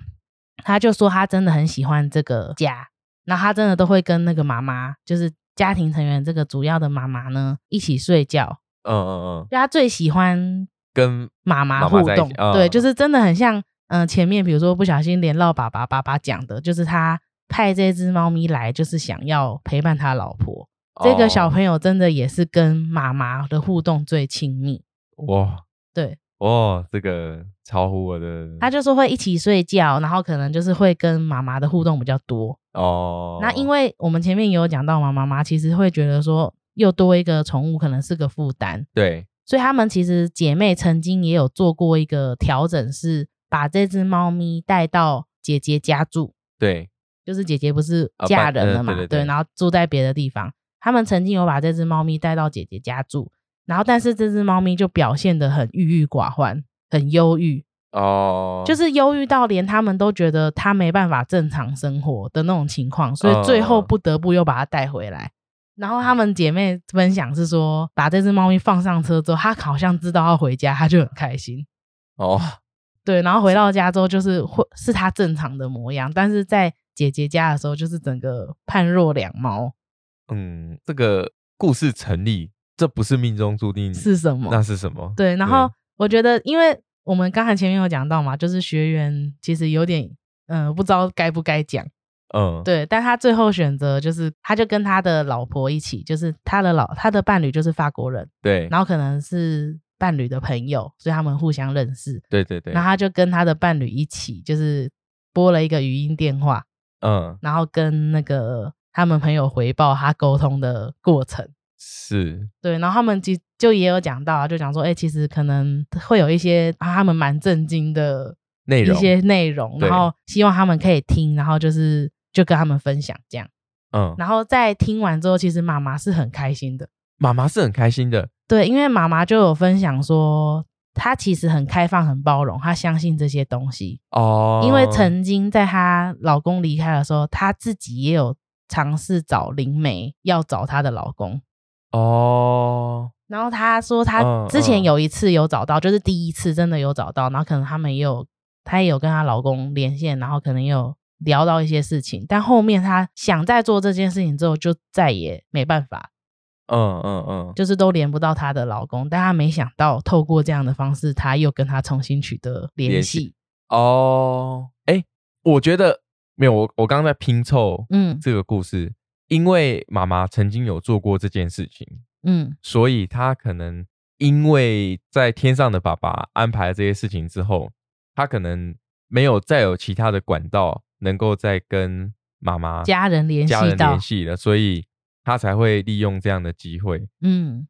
S2: 他就说他真的很喜欢这个家，然后他真的都会跟那个妈妈，就是家庭成员这个主要的妈妈呢一起睡觉，
S1: 嗯嗯嗯，
S2: 就他最喜欢
S1: 跟
S2: 妈
S1: 妈
S2: 妈
S1: 妈
S2: 互
S1: 在一
S2: 动
S1: 起，嗯
S2: 对，就是真的很像，嗯、前面比如说不小心连到爸爸，爸爸讲的就是他派这只猫咪来，就是想要陪伴他老婆。这个小
S1: 哦
S2: 朋友真的也是跟妈妈的互动最亲密，
S1: 哇
S2: 对，
S1: 哇，这个超乎我的，
S2: 他就说会一起睡觉，然后可能就是会跟妈妈的互动比较多。
S1: 哦，
S2: 那因为我们前面也有讲到嘛，妈妈其实会觉得说又多一个宠物可能是个负担，
S1: 对
S2: 所以她们其实姐妹曾经也有做过一个调整，是把这只猫咪带到姐姐家住，
S1: 对
S2: 就是姐姐不是
S1: 啊
S2: 嫁
S1: 搬
S2: 人
S1: 呃
S2: 了嘛，
S1: 对对对
S2: 然后住在别的地方。他们曾经有把这只猫咪带到姐姐家住，然后但是这只猫咪就表现得很郁郁寡欢，很忧郁，
S1: 哦，
S2: 就是忧郁到连他们都觉得他没办法正常生活的那种情况，所以最后
S1: 嗯
S2: 不得不又把它带回来。然后她们姐妹分享是说，把这只猫咪放上车之后，她好像知道要回家，她就很开心。
S1: 哦，
S2: 对，然后回到家之后就是会是她正常的模样，但是在姐姐家的时候就是整个判若两猫
S1: 嗯，这个故事成立，这不是命中注定，
S2: 是什
S1: 嗯
S2: 么
S1: 那？是什么？
S2: 对，然后我觉得，因为我们刚才前面有讲到嘛，就是学员其实有点嗯、呃不知道该不该讲。
S1: 嗯，
S2: 对，但他最后选择就是，他就跟他的老婆一起，就是他的老他的伴侣就是法国人，
S1: 对
S2: 然后可能是伴侣的朋友，所以他们互相认识。
S1: 对对对
S2: 然，后他就跟他的伴侣一起，就是拨了一个语音电话，
S1: 嗯，
S2: 然后跟那个他们朋友回报他沟通的过程。
S1: 是
S2: 对，然后他们就就也有讲到啊，就讲说，哎、其实可能会有一些、啊、他们蛮震惊的
S1: 内
S2: 一
S1: 容，
S2: 些内容，
S1: 对
S2: 然后希望他们可以听，然后就是就跟他们分享这样。
S1: 嗯，
S2: 然后在听完之后，其实妈妈是很开心的，
S1: 妈妈是很开心的，
S2: 对，因为妈妈就有分享说，她其实很开放、很包容，她相信这些东西。
S1: 哦，
S2: 因为曾经在她老公离开的时候，她自己也有尝试找灵媒要找她的老公，
S1: 哦，
S2: 然后她说
S1: 嗯
S2: 她之
S1: 嗯
S2: 前有一次有找到，就是第一次真的有找到，然后可能他们也有，她也有跟她老公连线，然后可能也有。聊到一些事情，但后面她想再做这件事情之后，就再也没办法
S1: 嗯嗯嗯，
S2: 就是都连不到她的老公，但她没想到透过这样的方式，她又跟他重新取得联
S1: 联
S2: 系
S1: 系。哦，哎，我觉得没有，我我刚刚在拼凑
S2: 嗯
S1: 这个故事，因为妈妈曾经有做过这件事情，
S2: 嗯
S1: 所以他可能因为在天上的爸爸安排了这些事情之后，他可能没有再有其他的管道能够再跟妈妈
S2: 家人联系
S1: 家人
S2: 到
S1: 联系了，所以他才会利用这样的机会。
S2: 嗯，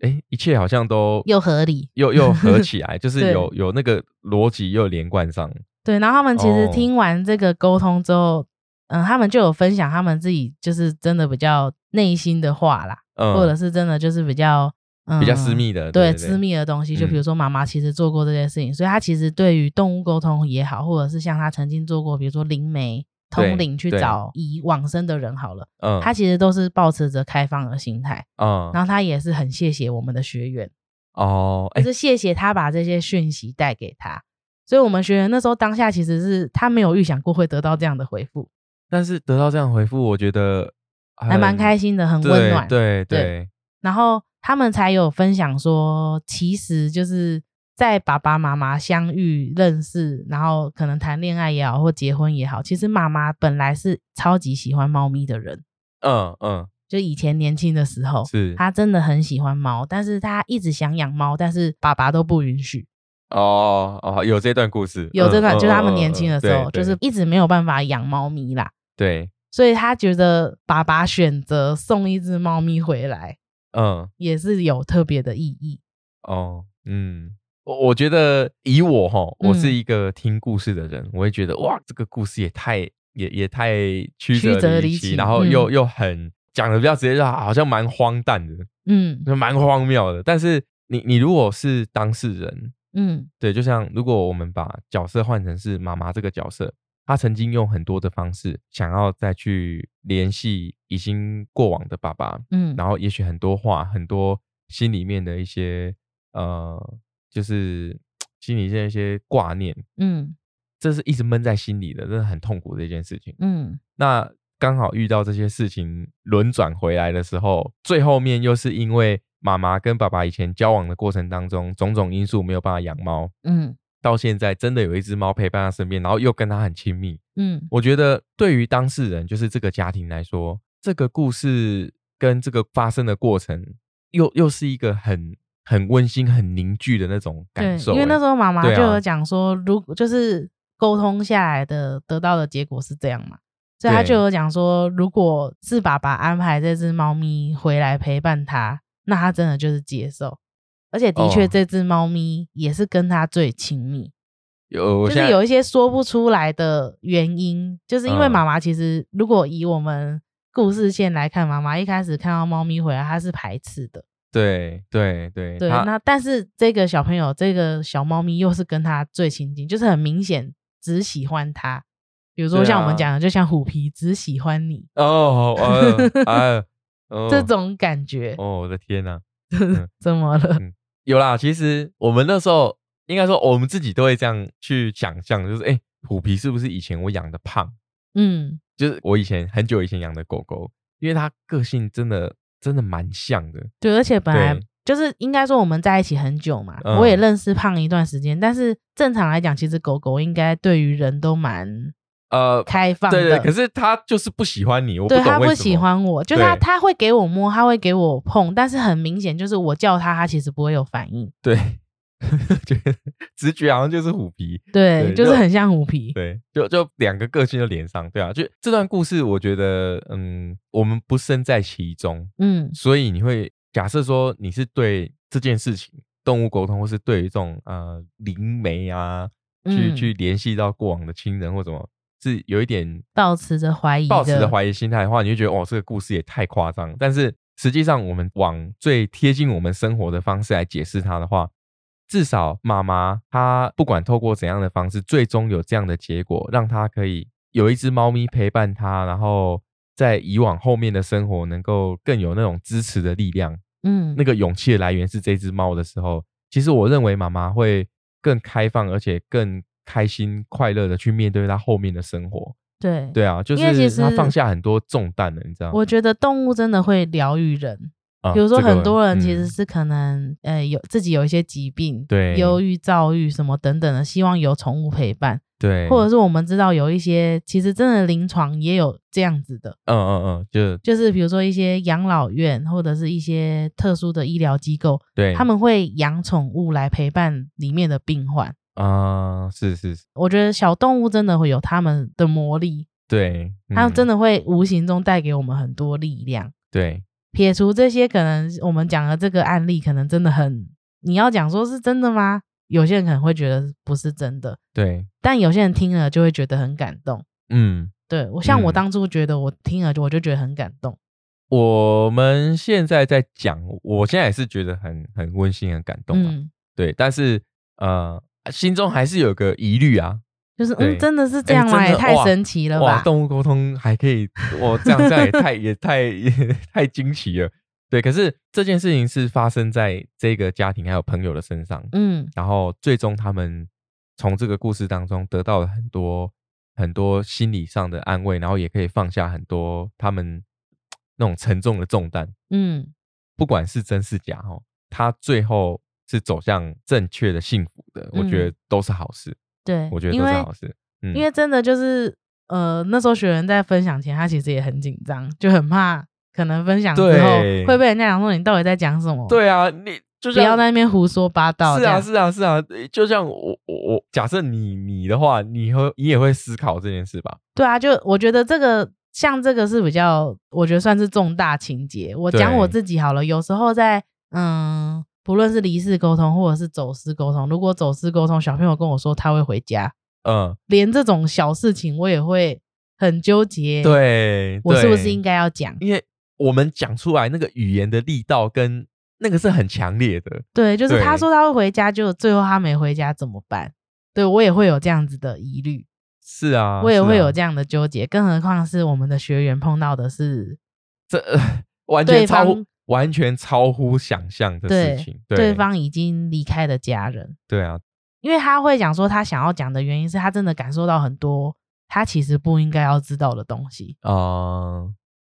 S1: 哎，一切好像都
S2: 又合理
S1: 又又 合起来，就是
S2: 对
S1: 有有那个逻辑又连贯上。
S2: 对。然后他们其实
S1: 哦
S2: 听完这个沟通之后，嗯，他们就有分享他们自己就是真的比较内心的话啦，
S1: 嗯，
S2: 或者是真的就是比较、嗯、
S1: 比较私密的，
S2: 对
S1: 对
S2: 私，密的东西，就比
S1: 嗯
S2: 如说妈妈其实做过这些事情，所以她其实对于动物沟通也好，或者是像她曾经做过，比如说灵媒
S1: 对
S2: 通灵去
S1: 对
S2: 找已往生的人好了，
S1: 对嗯，
S2: 她其实都是保持着开放的心态，
S1: 嗯
S2: 然后她也是很谢谢我们的学员，
S1: 哦，哎
S2: 就，是谢谢他把这些讯息带给他。所以我们学员那时候当下其实是他没有预想过会得到这样的回复，
S1: 但是得到这样的回复，我觉得
S2: 还蛮
S1: 很
S2: 开心的，很温
S1: 哎对
S2: 暖。
S1: 对
S2: 对
S1: 对，
S2: 然后他们才有分享说，其实就是在爸爸妈妈相遇、认识，然后可能谈恋爱也好，或结婚也好，其实妈妈本来是超级喜欢猫咪的人，
S1: 嗯嗯，
S2: 就以前年轻的时候，
S1: 是
S2: 她真的很喜欢猫，但是她一直想养猫，但是爸爸都不允许。
S1: 哦哦，有这段故事，
S2: 有这段，
S1: 嗯
S2: 就是他们
S1: 嗯嗯
S2: 年轻的时
S1: 嗯
S2: 候，就
S1: 对
S2: 是一直没有办法养猫咪啦，
S1: 对，
S2: 所以他觉得爸爸选择送一只猫咪回来
S1: 嗯
S2: 也是有特别的意义。
S1: 哦嗯。我我觉得以我哈，我是
S2: 嗯
S1: 一个听故事的人，我会觉得哇，这个故事也太也也太曲
S2: 曲折离
S1: 离
S2: 奇
S1: 然后又、
S2: 嗯
S1: 又很讲的比较直接，就好像蛮荒诞的，
S2: 嗯
S1: 就蛮荒谬的。但是你你如果是当事人，
S2: 嗯
S1: 对，就像如果我们把角色换成是妈妈这个角色，她曾经用很多的方式想要再去联系已经过往的爸爸，
S2: 嗯
S1: 然后也许很多话，很多心里面的一些呃，就是心里面一些挂念，
S2: 嗯
S1: 这是一直闷在心里的，真的很痛苦的一件事情。
S2: 嗯
S1: 那刚好遇到这些事情轮转回来的时候，最后面又是因为妈妈跟爸爸以前交往的过程当中，种种因素没有办法养猫，
S2: 嗯
S1: 到现在真的有一只猫陪伴他身边，然后又跟他很亲密。
S2: 嗯
S1: 我觉得对于当事人，就是这个家庭来说，这个故事跟这个发生的过程，又又是一个很很温馨、很凝聚的那种
S2: 对
S1: 感，受欸。
S2: 因为那时候妈妈
S1: 对啊
S2: 就有讲说，如果就是沟通下来的得到的结果是这样嘛。所以他
S1: 对
S2: 就有讲说，如果是爸爸安排这只猫咪回来陪伴他，那他真的就是接受，而且的确
S1: 哦
S2: 这只猫咪也是跟他最亲密。
S1: 有我
S2: 就
S1: 现
S2: 是
S1: 在
S2: 有一些说不出来的原因，就是因为
S1: 嗯
S2: 妈妈其实如果以我们故事线来看，妈妈一开始看到猫咪回来，她是排斥的，
S1: 对对对
S2: 对。
S1: 他
S2: 那但是这个小朋友，这个小猫咪又是跟他最亲近，就是很明显只喜欢他。比如说
S1: 对啊
S2: 像我们讲的，就像虎皮只喜欢你、
S1: 哦呃哎哦
S2: 这种感觉，
S1: 哦，我的天呐、
S2: 怎么了？
S1: 有啦，其实我们那时候应该说，我们自己都会这样去想象，就是哎、诶虎皮是不是以前我养的胖，
S2: 嗯
S1: 就是我以前很久以前养的狗狗，因为它个性真的真的蛮像的，
S2: 对，而且本来
S1: 对
S2: 就是应该说我们在一起很久嘛，
S1: 嗯
S2: 我也认识胖一段时间，但是正常来讲，其实狗狗应该对于人都蛮
S1: 呃，
S2: 开放的。
S1: 对对，可是它就是不喜欢你，我
S2: 对
S1: 懂为
S2: 它
S1: 什么，
S2: 不喜欢我，就它
S1: 对
S2: 它会给我摸，它会给我碰，但是很明显就是我叫它，它其实不会有反应。
S1: 对， 觉得直觉好像就是虎皮，
S2: 对，
S1: 对
S2: 就
S1: 就是
S2: 很像虎皮。
S1: 对，就就两个个性就连上，对啊，就这段故事，我觉得，嗯，我们不身在其中，
S2: 嗯
S1: 所以你会假设说你是对这件事情动物沟通，或是对于这种呃灵媒啊，去、
S2: 嗯
S1: 去联系到过往的亲人或什么，是有一点
S2: 抱持着怀疑
S1: 抱持
S2: 的
S1: 着怀疑心态的话，你就觉得哦，这个故事也太夸张。但是实际上，我们往最贴近我们生活的方式来解释它的话，至少妈妈她不管透过怎样的方式，最终有这样的结果，让她可以有一只猫咪陪伴她，然后在以往后面的生活能够更有那种支持的力量。
S2: 嗯
S1: 那个勇气的来源是这只猫的时候，其实我认为妈妈会更开放，而且更开心快乐的去面对她后面的生活。
S2: 对。
S1: 对啊，就
S2: 因为其
S1: 是他
S2: 实
S1: 放下很多重担了，你知道吗？
S2: 我觉得动物真的会疗愈人，
S1: 啊
S2: 比如说
S1: 这个
S2: 很多人其
S1: 嗯
S2: 实是可能、呃有自己有一些疾病，
S1: 对
S2: 忧郁、躁郁什么等等的，希望有宠物陪伴，
S1: 对，
S2: 或者是我们知道有一些其实真的临床也有这样子的，
S1: 嗯嗯嗯，就是
S2: 就是比如说一些养老院或者是一些特殊的医疗机构，
S1: 对
S2: 他们会养宠物来陪伴里面的病患。
S1: 啊、是是是，
S2: 我觉得小动物真的会有他们的魔力，
S1: 对，
S2: 它真
S1: 的
S2: 的会无形中带给我们很多力量。
S1: 对，
S2: 撇除这些，可能我们讲的这个案例，可能真的很，你要讲说是真的吗？有些人可能会觉得不是真的，
S1: 对，
S2: 但有些人听了就会觉得很感动。
S1: 嗯，
S2: 对我像
S1: 嗯
S2: 我当初觉得我听了就我就觉得很感动，
S1: 我们现在在讲，我现在也是觉得很很温馨、很感动、啊。
S2: 嗯，
S1: 对，但是呃，心中还是有个疑虑啊。
S2: 就是嗯
S1: 对
S2: 真的是这
S1: 哎
S2: 样吗？
S1: 真
S2: 也
S1: 的
S2: 太
S1: 哇
S2: 神奇了
S1: 哇，
S2: 吧！
S1: 动物沟通还可以， 哇，这样这样也太也太 也太惊奇了。对，可是这件事情是发生在这个家庭还有朋友的身上，
S2: 嗯
S1: 然后最终他们从这个故事当中得到了很多很多心理上的安慰，然后也可以放下很多他们那种沉重的重担。
S2: 嗯
S1: 不管是真是假哦，他最后是走向正确的幸福的，我觉
S2: 嗯
S1: 得都是好事，
S2: 对，
S1: 我觉得
S2: 因
S1: 都是
S2: 为
S1: 好事。嗯，
S2: 因为真的就是呃，那时候学员在分享前，他其实也很紧张，就很怕可能分享之后
S1: 对
S2: 会被人家讲说你到底在讲什么，，
S1: 对啊，你就
S2: 不
S1: 像
S2: 要在那边胡说八道
S1: 是
S2: 这
S1: 啊，
S2: 样。
S1: 是啊，是啊，呃就像我我我，假设你你的话，你会你也会思考这件事吧？
S2: 对啊，就我觉得这个像这个是比较，我觉得算是重大情节。我讲
S1: 对
S2: 我自己好了，有时候在嗯，不论是离世沟通或者是走私沟通，如果走私沟通，小朋友跟我说他会回家，
S1: 嗯，
S2: 连这种小事情我也会很纠结，，
S1: 对，
S2: 我是不是
S1: 对
S2: 应？该要讲？
S1: 因为我们讲出来那个语言的力道跟那个是很强烈的，
S2: 对，就是他
S1: 对
S2: 说他会回家，就最后他没回家怎么办？对我也会有这样子的疑虑，
S1: 是啊，
S2: 我也
S1: 是
S2: 会有
S1: 啊
S2: 这样的纠结，更何况是我们的学员碰到的是
S1: 这、呃完
S2: 对
S1: 全超乎
S2: 方
S1: 完全超乎想象的
S2: 对
S1: 事情，对
S2: 对方已经离开的家人。
S1: 对啊，
S2: 因为他会讲说他想要讲的原因是他真的感受到很多他其实不应该要知道的东西。
S1: 啊、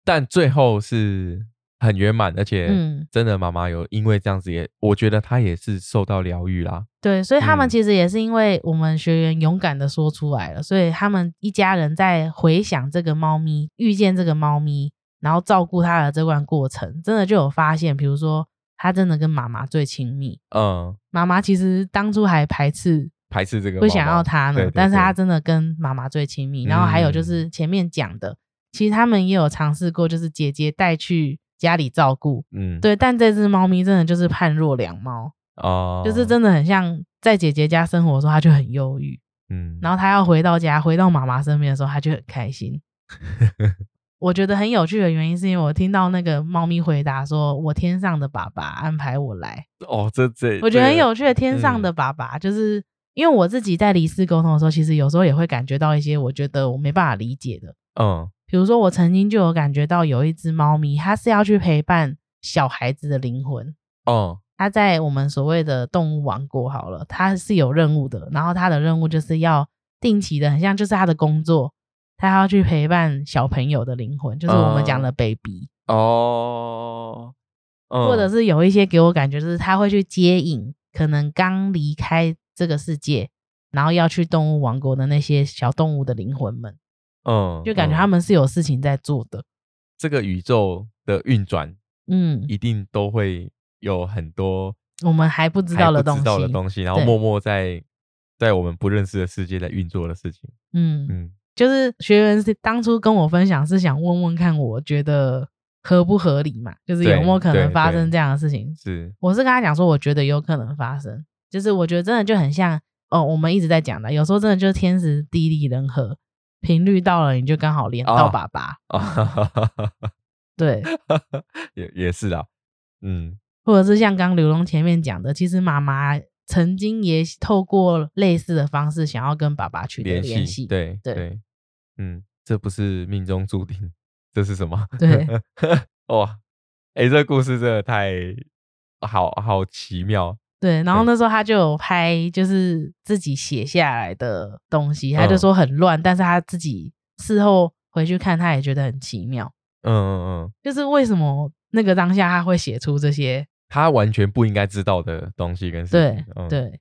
S1: 但最后是很圆满，而且
S2: 嗯
S1: 真的妈妈有因为这样子也，我觉得她也是受到疗愈啦，
S2: 对，所以他们
S1: 嗯
S2: 其实也是因为我们学员勇敢的说出来了，所以他们一家人在回想这个猫咪遇见这个猫咪，然后照顾它的这段过程，真的就有发现，比如说它真的跟妈妈最亲密，
S1: 嗯，
S2: 妈妈其实当初还排斥
S1: 排斥这个
S2: 不
S1: 猫
S2: 想
S1: 猫
S2: 要他呢，
S1: 对对
S2: 但是
S1: 对嗯
S2: 他真的跟妈妈最亲密。然后还有就是前面讲的，其实他们也有尝试过，就是姐姐带去家里照顾，
S1: 嗯，
S2: 对，但这只猫咪真的就是判若两猫，
S1: 哦，
S2: 就是，真的很像在姐姐家生活的时候，它就很忧郁，
S1: 嗯，
S2: 然后它要回到家，回到妈妈身边的时候，它就很开心。我觉得很有趣的原因是因为我听到那个猫咪回答说：“我天上的爸爸安排我来。”
S1: 哦，这这，
S2: 我觉
S1: 这
S2: 得很
S1: 个
S2: 有趣的天上的爸爸，就是因为我自己在离世沟通的时候，其实有时候也会感觉到一些我觉得我没办法理解的，
S1: 嗯
S2: 比如说我曾经就有感觉到有一只猫咪，它是要去陪伴小孩子的灵魂。
S1: 哦，
S2: 它在我们所谓的动物王国好了，它是有任务的，然后它的任务就是要定期的，很像就是它的工作，它要去陪伴小朋友的灵魂，就是我们讲的 baby，、
S1: 哦，嗯
S2: 或者是有一些给我感觉就是他会去接引可能刚离开这个世界，然后要去动物王国的那些小动物的灵魂们，
S1: 嗯，
S2: 就感觉
S1: 嗯
S2: 他们是有事情在做的。
S1: 这个宇宙的运转
S2: 嗯，
S1: 一定都会有很多
S2: 我们还不知道
S1: 还
S2: 的
S1: 不
S2: 东
S1: 知道的
S2: 西
S1: 东西，然后
S2: 对
S1: 默默在在我们不认识的世界在运作的事情，
S2: 嗯，
S1: 嗯，
S2: 就是学员是当初跟我分享是想问问看，我觉得合不合理嘛，就是有
S1: 对
S2: 没有可
S1: 对
S2: 能发
S1: 对
S2: 生这样的事情。
S1: 是，
S2: 我是跟他讲说，我觉得有可能发生，就是我觉得真的就很像哦，我们一直在讲的，有时候真的就是天时地利人和，频率到了你就刚好连到
S1: 哦
S2: 爸爸，
S1: 啊，
S2: 对，
S1: 也也是啦，嗯，
S2: 或者是像刚刘龙前面讲的，其实妈妈曾经也透过类似的方式想要跟爸爸取得
S1: 联
S2: 联系，
S1: 对
S2: 对
S1: 对，嗯，这不是命中注定，这是什么？
S2: 对，
S1: 哇，哎，这故事真的太好好奇妙，
S2: 对，然后
S1: 对
S2: 那时候他就有拍，就是自己写下来的东西，他就
S1: 嗯
S2: 说很乱，但是他自己事后回去看，他也觉得很奇妙。
S1: 嗯嗯嗯，
S2: 就是为什么那个当下他会写出这些？
S1: 他完全不应该知道的东西跟事
S2: 对
S1: 情，嗯，
S2: 对，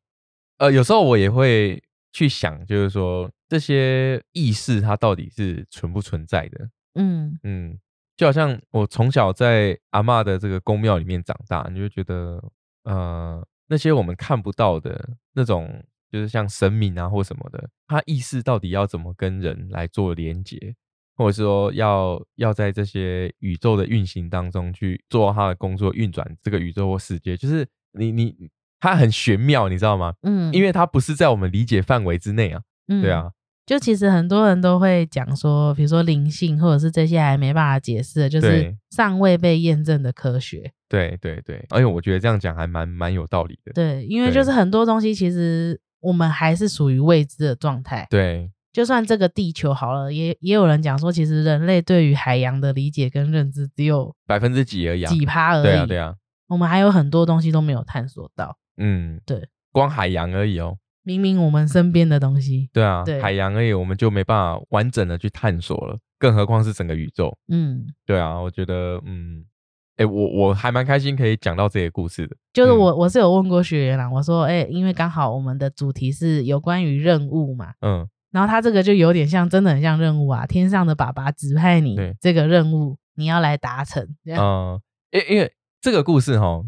S1: 呃，有时候我也会去想，就是说这些意识它到底是存不存在的？
S2: 嗯
S1: 嗯，就好像我从小在阿嬷的这个宫庙里面长大，你就会觉得，呃，那些我们看不到的那种，就是像神明啊或什么的，它意识到底要怎么跟人来做连接，或者说要要在这些宇宙的运行当中去做它的工作，运转这个宇宙或世界，就是你你它很玄妙，你知道吗？
S2: 嗯，
S1: 因
S2: 为
S1: 为它不是在我们理解范围之内啊。对，啊，
S2: 就其实很多人都会讲说，比如说灵性，或者是这些还没办法解释的，就是
S1: 对
S2: 尚未被验证的科学。
S1: 对对对，而且我觉得这样讲还蛮蛮有道理的。
S2: 对，因为就是
S1: 对
S2: 很多东西其实我们还是属于未知的状态。
S1: 对
S2: 就算这个地球好了，也也有人讲说，其实人类对于海洋的理解跟认知只有
S1: 百分之几而已啊。
S2: 几趴而已。
S1: 对啊对啊，
S2: 我们还有很多东西都没有探索到。
S1: 嗯，
S2: 对，
S1: 光海洋而已哦。
S2: 明明我们身边的东西，
S1: 对啊，
S2: 对
S1: 海洋而已，我们就没办法完整的去探索了，更何况是整个宇宙。
S2: 嗯，
S1: 对啊，我觉得，嗯，哎、我我还蛮开心可以讲到这些故事的。
S2: 就是
S1: 嗯
S2: 我、我是有问过学员啦，我说，哎、因为刚好我们的主题是有关于任务嘛，
S1: 嗯，
S2: 然后他这个就有点像，真的很像任务啊，天上的爸爸指派你
S1: 对
S2: 这个任务，你要来达成。这样
S1: 呃，因因为这个故事哈，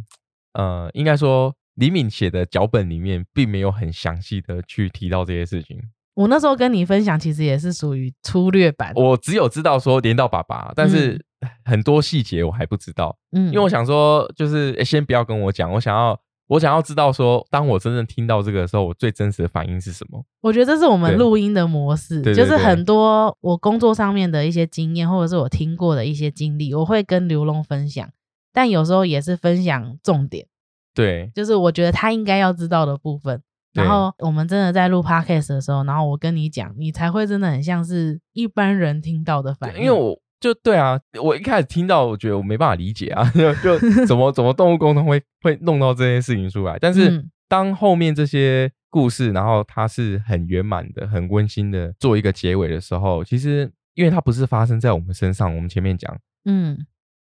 S1: 呃，应该说李敏写的脚本里面并没有很详细的去提到这些事情，
S2: 我那时候跟你分享，其实也是属于粗略版，
S1: 我只有知道说连到爸爸，但是很多细节我还不知道，
S2: 嗯，
S1: 因为我想说就是、诶先不要跟我讲，我想要我想要知道说，当我真正听到这个的时候，我最真实的反应是什么？
S2: 我觉得这是我们
S1: 对
S2: 录音的模式，
S1: 对对
S2: 就是
S1: 对
S2: 很多我工作上面的一些经验，或者是我听过的一些经历，我会跟刘龙分享，但有时候也是分享重点，
S1: 对
S2: 就是我觉得他应该要知道的部分。
S1: 对
S2: 然后我们真的在录 podcast 的时候，然后我跟你讲，你才会真的很像是一般人听到的反
S1: 对
S2: 应。
S1: 因为我就对啊，我一开始听到，我觉得我没办法理解啊， 就 就怎么怎么动物沟通会会弄到这些事情出来。但是
S2: 嗯
S1: 当后面这些故事，然后它是很圆满的、很温馨的做一个结尾的时候，其实因为它不是发生在我们身上，我们前面讲
S2: 嗯，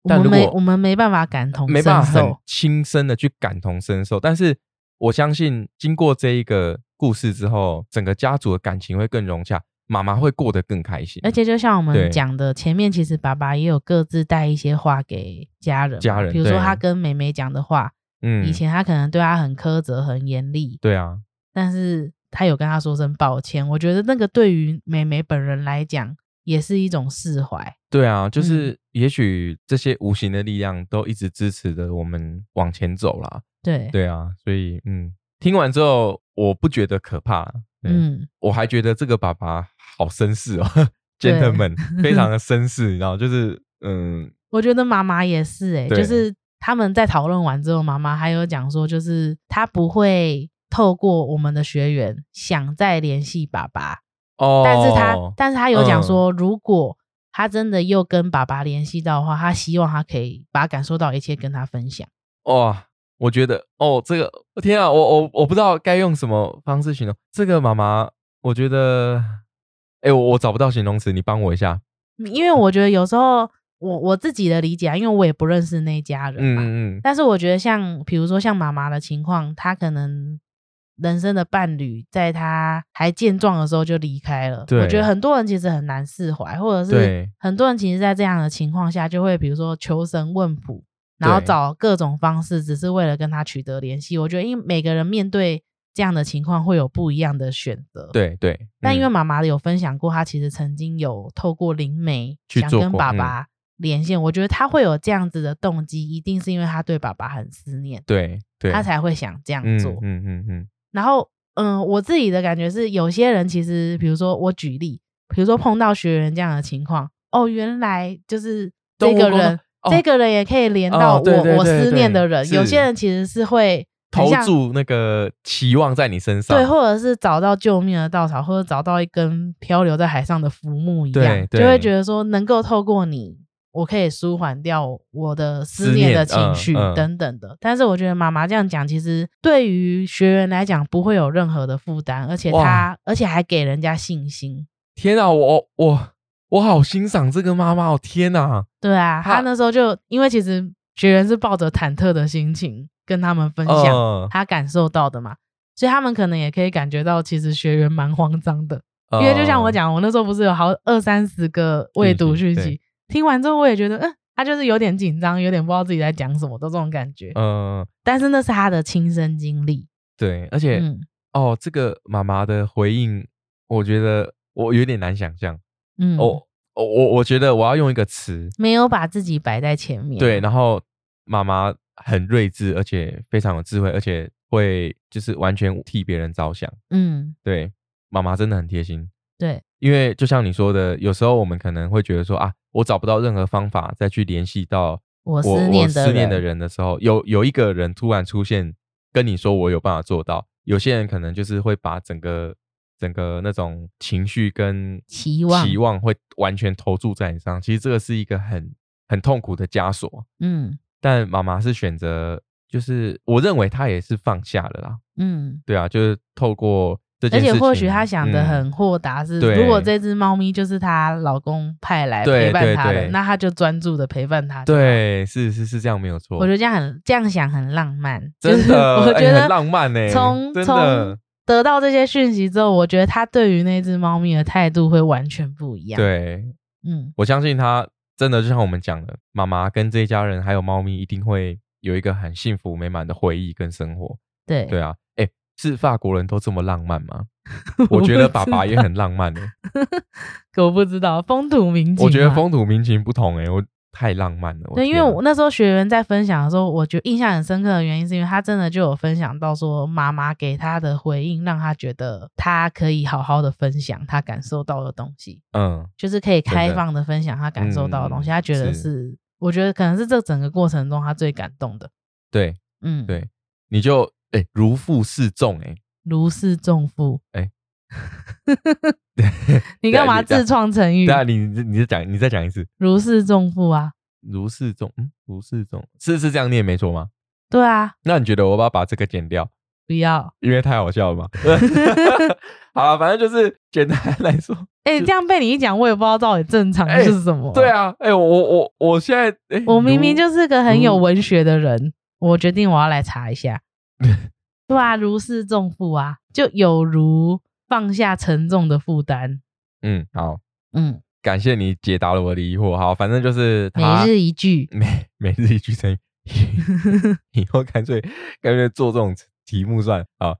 S2: 我
S1: 但
S2: 们
S1: 如果
S2: 没我们没办法感同
S1: 没办法
S2: 身
S1: 很
S2: 受，
S1: 亲身的去感同身受，但是我相信经过这一个故事之后，整个家族的感情会更融洽，妈妈会过得更开心。
S2: 而且就像我们
S1: 对
S2: 讲的，前面其实爸爸也有各自带一些话给家人嘛，
S1: 家人
S2: 比如说
S1: 对
S2: 他跟妹妹讲的话，
S1: 嗯
S2: 以，前他可能对他很苛责、很严厉，
S1: 对啊，
S2: 但是他有跟他说声抱歉。我觉得那个对于妹妹本人来讲，也是一种释怀。
S1: 对啊，就
S2: 嗯
S1: 是也许这些无形的力量都一直支持着我们往前走啦。
S2: 对，
S1: 对啊，所以嗯，听完之后我不觉得可怕啦，嗯，
S2: 嗯，
S1: 我还觉得这个爸爸好绅士哦 ，gentleman，非常的绅士，你知道，就是嗯，
S2: 我觉得妈妈也是、欸，
S1: 对
S2: 就是他们在讨论完之后，妈妈还有讲说，就是她不会透过我们的学员想再联系爸爸，
S1: 哦，
S2: 但是她，但是她有讲
S1: 嗯
S2: 说，如果她真的又跟爸爸联系到的话，她希望她可以把感受到的一切跟他分享。
S1: 哇，我觉得哦，这个天啊，我我我不知道该用什么方式形容这个妈妈，我觉得，哎，我我找不到形容词，你帮我一下，
S2: 因为我觉得有时候我我自己的理解啊，因为我也不认识那一家人嘛。
S1: 嗯嗯嗯，
S2: 但是我觉得像比如说像妈妈的情况，她可能人生的伴侣在她还健壮的时候就离开了。我
S1: 对
S2: 觉得很多人其实很难释怀，或者是
S1: 对
S2: 很多人其实，在这样的情况下，就会比如说求神问卜，然后
S1: 对
S2: 找各种方式，只是为了跟他取得联系。我觉得，因为每个人面对这样的情况，会有不一样的选择。
S1: 对对，
S2: 但因为
S1: 嗯
S2: 妈妈有分享过，她其实曾经有透过灵媒
S1: 去
S2: 想
S1: 做
S2: 跟
S1: 过
S2: 爸
S1: 嗯
S2: 爸连线，我觉得她会有这样子的动机，一定是因为她对爸爸很思念，
S1: 对对，
S2: 她才会想这样
S1: 嗯
S2: 做。
S1: 嗯嗯嗯，
S2: 然后，嗯，我自己的感觉是，有些人其实，比如说我举例，比如说碰到学员这样的情况，哦，原来就是这
S1: 动物
S2: 个
S1: 沟通，
S2: 人
S1: 哦
S2: 这个人也可以连到我、
S1: 哦对对
S2: 我
S1: 对
S2: 思
S1: 对
S2: 念的人。有些
S1: 是
S2: 人其实是会很
S1: 投
S2: 像
S1: 注那个期望在你身上，
S2: 对，或者是找到救命的稻草，或者找到一根漂流在海上的浮木一样
S1: 对，
S2: 就会
S1: 对
S2: 觉得说能够透过你，我可以舒缓掉我的思
S1: 思
S2: 念
S1: 念
S2: 的情
S1: 嗯
S2: 绪
S1: 嗯
S2: 等等的。但是我觉得妈妈这样讲，其实对于学员来讲不会有任何的负担，而且
S1: 哇
S2: 她而且还给人家信心。
S1: 天啊，我我我好欣赏这个妈妈哦，天啊，
S2: 对啊，她
S1: 她
S2: 那时候就因为其实学员是抱着忐忑的心情跟他们分享
S1: 嗯
S2: 她感受到的嘛，所以他们可能也可以感觉到，其实学员蛮慌张的。因为就像
S1: 呃
S2: 我，讲，我那时候不是有好二三十个未读讯
S1: 讯息
S2: 息，听完之后我也觉得，嗯，他就是有点紧张，有点不知道自己在讲什么的这种感觉。
S1: 嗯、呃
S2: 但是那是他的亲身经历，
S1: 对，而且、
S2: 嗯
S1: 哦，这个妈妈的回应，我觉得我有点难想象，
S2: 嗯，
S1: 哦，我我我觉得我要用一个词，
S2: 没有把自己摆在前面，
S1: 对，，然后妈妈很睿智，而且非常有智慧，而且会就是完全替别人着想，
S2: 嗯，
S1: 对，妈妈真的很贴心，
S2: 对，
S1: 因为就像你说的，有时候我们可能会觉得说啊，我找不到任何方法再去联系到
S2: 我
S1: 我
S2: 思
S1: 我
S2: 念的
S1: 思念的
S2: 人
S1: 人的时候，有有一个人突然出现跟你说我有办法做到，有些人可能就是会把整个整个那种情绪跟
S2: 期望
S1: 期望会完全投注在你身上，其实这个是一个很很痛苦的枷锁。
S2: 嗯
S1: 但妈妈是选择，就是我认为她也是放下了啦，
S2: 嗯，
S1: 对啊，就是透过这件
S2: 而
S1: 事
S2: 且
S1: 情，
S2: 或许她想的
S1: 嗯
S2: 很豁达是，
S1: 对
S2: 如果这只猫咪就是她老公派来
S1: 对
S2: 陪伴
S1: 对
S2: 她的，
S1: 对
S2: 那她就专注的陪伴她。，
S1: 对，是是是这样没有错，
S2: 我觉得这样 很这样想很浪漫，
S1: 真
S2: 就是
S1: 的，
S2: 我
S1: 哎
S2: 觉
S1: 很
S2: 得
S1: 浪漫呢、
S2: 从
S1: 真
S2: 从
S1: 的，
S2: 得到这些讯息之后，我觉得她对于那只猫咪的态度会完全不一样。，
S1: 对
S2: 嗯
S1: 我相信她真的就像我们讲的，妈妈跟这一家人还有猫咪一定会有一个很幸福美满的回忆跟生活，
S2: 对
S1: 对啊，哎、是法国人都这么浪漫 吗？
S2: 我
S1: 我觉
S2: 不
S1: 得
S2: 知
S1: 爸爸也
S2: 道
S1: 很浪漫的、欸
S2: 我不知道风土民情嘛，啊
S1: 我觉得风土民情不同哎、我太浪漫了。我
S2: 对，因为
S1: 天啊
S2: 我那时候学员在分享的时候，我觉得印象很深刻的原因，是因为他真的就有分享到说，妈妈给他的回应，让他觉得他可以好好的分享他感受到的东西，
S1: 嗯，
S2: 就是可以开
S1: 真的
S2: 放的分享他感受到的东西。
S1: 嗯
S2: 他觉得
S1: 是
S2: 是，我觉得可能是这整个过程中他最感动的。
S1: 对
S2: 嗯，
S1: 对你就哎、如负示众哎、
S2: 如释重负。
S1: 哎
S2: 你干嘛
S1: 对啊
S2: 自创成语
S1: 对？啊，你你你再讲你再讲一次，
S2: 如释重负啊，
S1: 如释重嗯如释重是是这样念没错吗？
S2: 对啊，
S1: 那你觉得我要不要把这个剪掉？
S2: 不要。
S1: 因为太好笑了 嘛。 好了，反正就是简单来说，
S2: 哎、这样被你一讲，我也不知道到底正常的
S1: 哎
S2: 是什么。
S1: 对啊，哎、我我我我现在、哎
S2: 我明明
S1: 如
S2: 就是个很有
S1: 如
S2: 文学的人，我决定我要来查 一下。对啊，如释重负啊，就有如放下沉重的负担。
S1: 嗯好，
S2: 嗯，
S1: 感谢你解答了我的疑惑。好，反正就是
S2: 每
S1: 他
S2: 日一句，
S1: 每每日一句成语，以后干脆干脆做这种题目算了啊。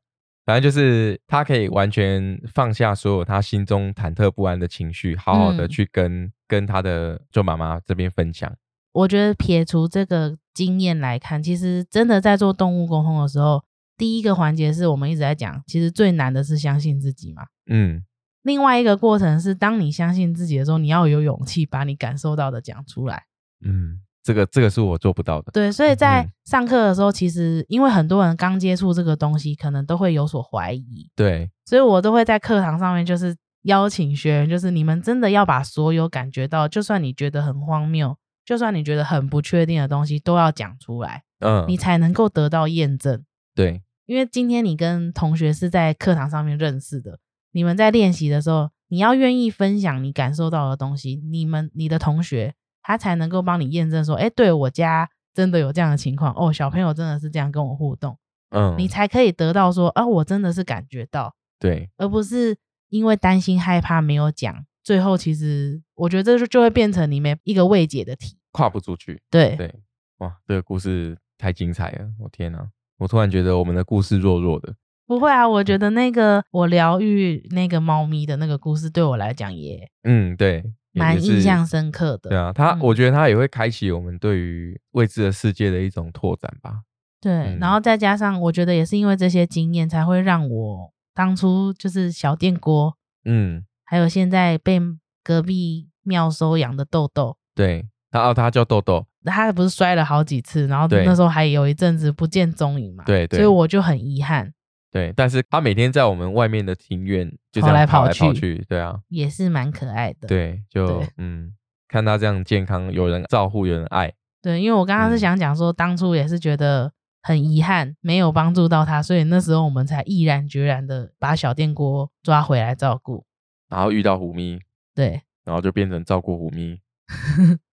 S1: 反正就是他可以完全放下所有他心中忐忑不安的情绪，好好的
S2: 嗯
S1: 去跟、跟他的舅妈妈这边分享。
S2: 我觉得撇除这个经验来看，其实真的在做动物沟通的时候，第一个环节是我们一直在讲，其实最难的是相信自己嘛。
S1: 嗯，
S2: 另外一个过程是，当你相信自己的时候，你要有勇气把你感受到的讲出来。
S1: 嗯，这个这个是我做不到的。
S2: 对，所以在
S1: 嗯
S2: 上课的时候，其实因为很多人刚接触这个东西，可能都会有所怀疑，
S1: 对，
S2: 所以我都会在课堂上面就是邀请学员，就是你们真的要把所有感觉到，就算你觉得很荒谬，就算你觉得很不确定的东西，都要讲出来，
S1: 嗯，
S2: 你才能够得到验证。
S1: 对，
S2: 因为今天你跟同学是在课堂上面认识的，你们在练习的时候，你要愿意分享你感受到的东西，你们你的同学他才能够帮你验证说，哎，对我家真的有这样的情况哦，小朋友真的是这样跟我互动，
S1: 嗯，
S2: 你才可以得到说，啊，我真的是感觉到，
S1: 对，
S2: 而不是因为担心害怕没有讲，最后其实我觉得这就就会变成里面一个未解的题。
S1: 跨不出去。
S2: 对，
S1: 对，哇，这个故事太精彩了！我天哪、我突然觉得我们的故事弱弱的。
S2: 不会啊，我觉得那个我疗愈那个猫咪的那个故事，对我来讲也
S1: 嗯，对，也
S2: 蛮
S1: 也
S2: 印
S1: 是
S2: 象深刻的。
S1: 对啊，他、
S2: 嗯
S1: 我觉得他也会开启我们对于未知的世界的一种拓展吧。
S2: 对
S1: 嗯
S2: 然后再加上我觉得也是因为这些经验，才会让我当初就是小电锅，
S1: 嗯，
S2: 还有现在被隔壁妙收养的豆豆，
S1: 对，他哦，他叫豆豆，
S2: 他不是摔了好几次，然后
S1: 对
S2: 那时候还有一阵子不见踪影嘛，
S1: 对对
S2: 所以我就很遗憾，
S1: 对，但是他每天在我们外面的庭院就这
S2: 跑
S1: 样
S2: 来
S1: 跑
S2: 跑
S1: 来跑
S2: 去
S1: 去，对啊，
S2: 也是蛮可爱的。
S1: 对，就
S2: 对
S1: 嗯，看他这样健康，有人照顾，有人爱，
S2: 对，因为我刚刚是
S1: 嗯
S2: 想讲说，当初也是觉得很遗憾没有帮助到他，所以那时候我们才毅然决然的把小电锅抓回来照顾。
S1: 然后遇到虎咪，
S2: 对，
S1: 然后就变成照顾虎 咪，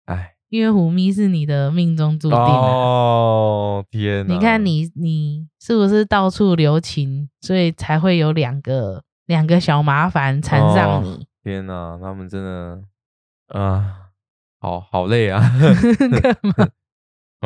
S1: 哎，
S2: 因为虎咪是你的命中注定、啊。
S1: 哦，天哪，
S2: 你看你你是不是到处留情，所以才会有两个两个小麻烦缠上
S1: 哦
S2: 你，
S1: 天哪，他们真的啊、好好累啊。
S2: 干嘛？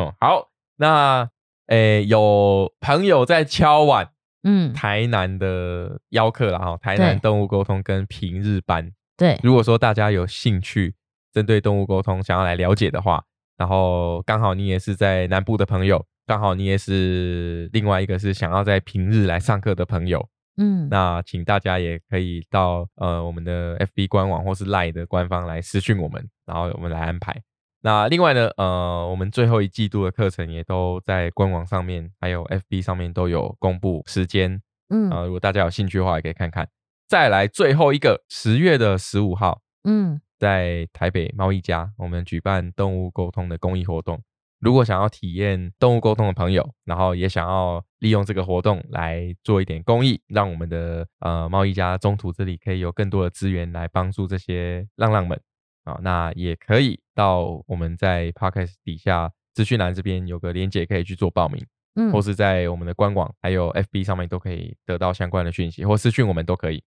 S1: 哦，好，那诶，有朋友在敲碗
S2: 嗯，
S1: 台南的邀客啦，哈，哦台南
S2: 对
S1: 动物沟通跟平日班。
S2: 对，
S1: 如果说大家有兴趣针对动物沟通想要来了解的话，然后刚好你也是在南部的朋友，刚好你也是另外一个是想要在平日来上课的朋友，
S2: 嗯，
S1: 那请大家也可以到呃我们的 FB 官网或是 LINE 的官方来私讯我们，然后我们来安排。那另外呢，呃，我们最后一季度的课程也都在官网上面，还有 FB 上面都有公布时间，
S2: 嗯
S1: 呃，如果大家有兴趣的话，也可以看看。再来最后一个，十月的十五号，
S2: 嗯
S1: 在台北猫一家，我们举办动物沟通的公益活动。如果想要体验动物沟通的朋友，然后也想要利用这个活动来做一点公益，让我们的呃猫一家中途这里可以有更多的资源来帮助这些浪浪们啊、那也可以到我们在 podcast 底下资讯栏这边有个链接可以去做报名，
S2: 嗯，
S1: 或是在我们的官网还有 FB 上面都可以得到相关的讯息，或私讯我们都可以。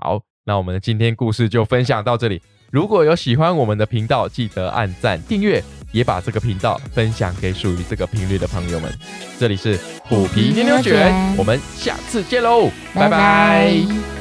S1: 好，那我们的今天故事就分享到这里。如果有喜欢我们的频道，记得按赞、订阅，也把这个频道分享给属于这个频率的朋友们。这里是虎皮
S2: 虎皮
S1: 牛
S2: 牛
S1: 牛
S2: 卷
S1: 卷，我们下次见喽，拜拜
S2: 拜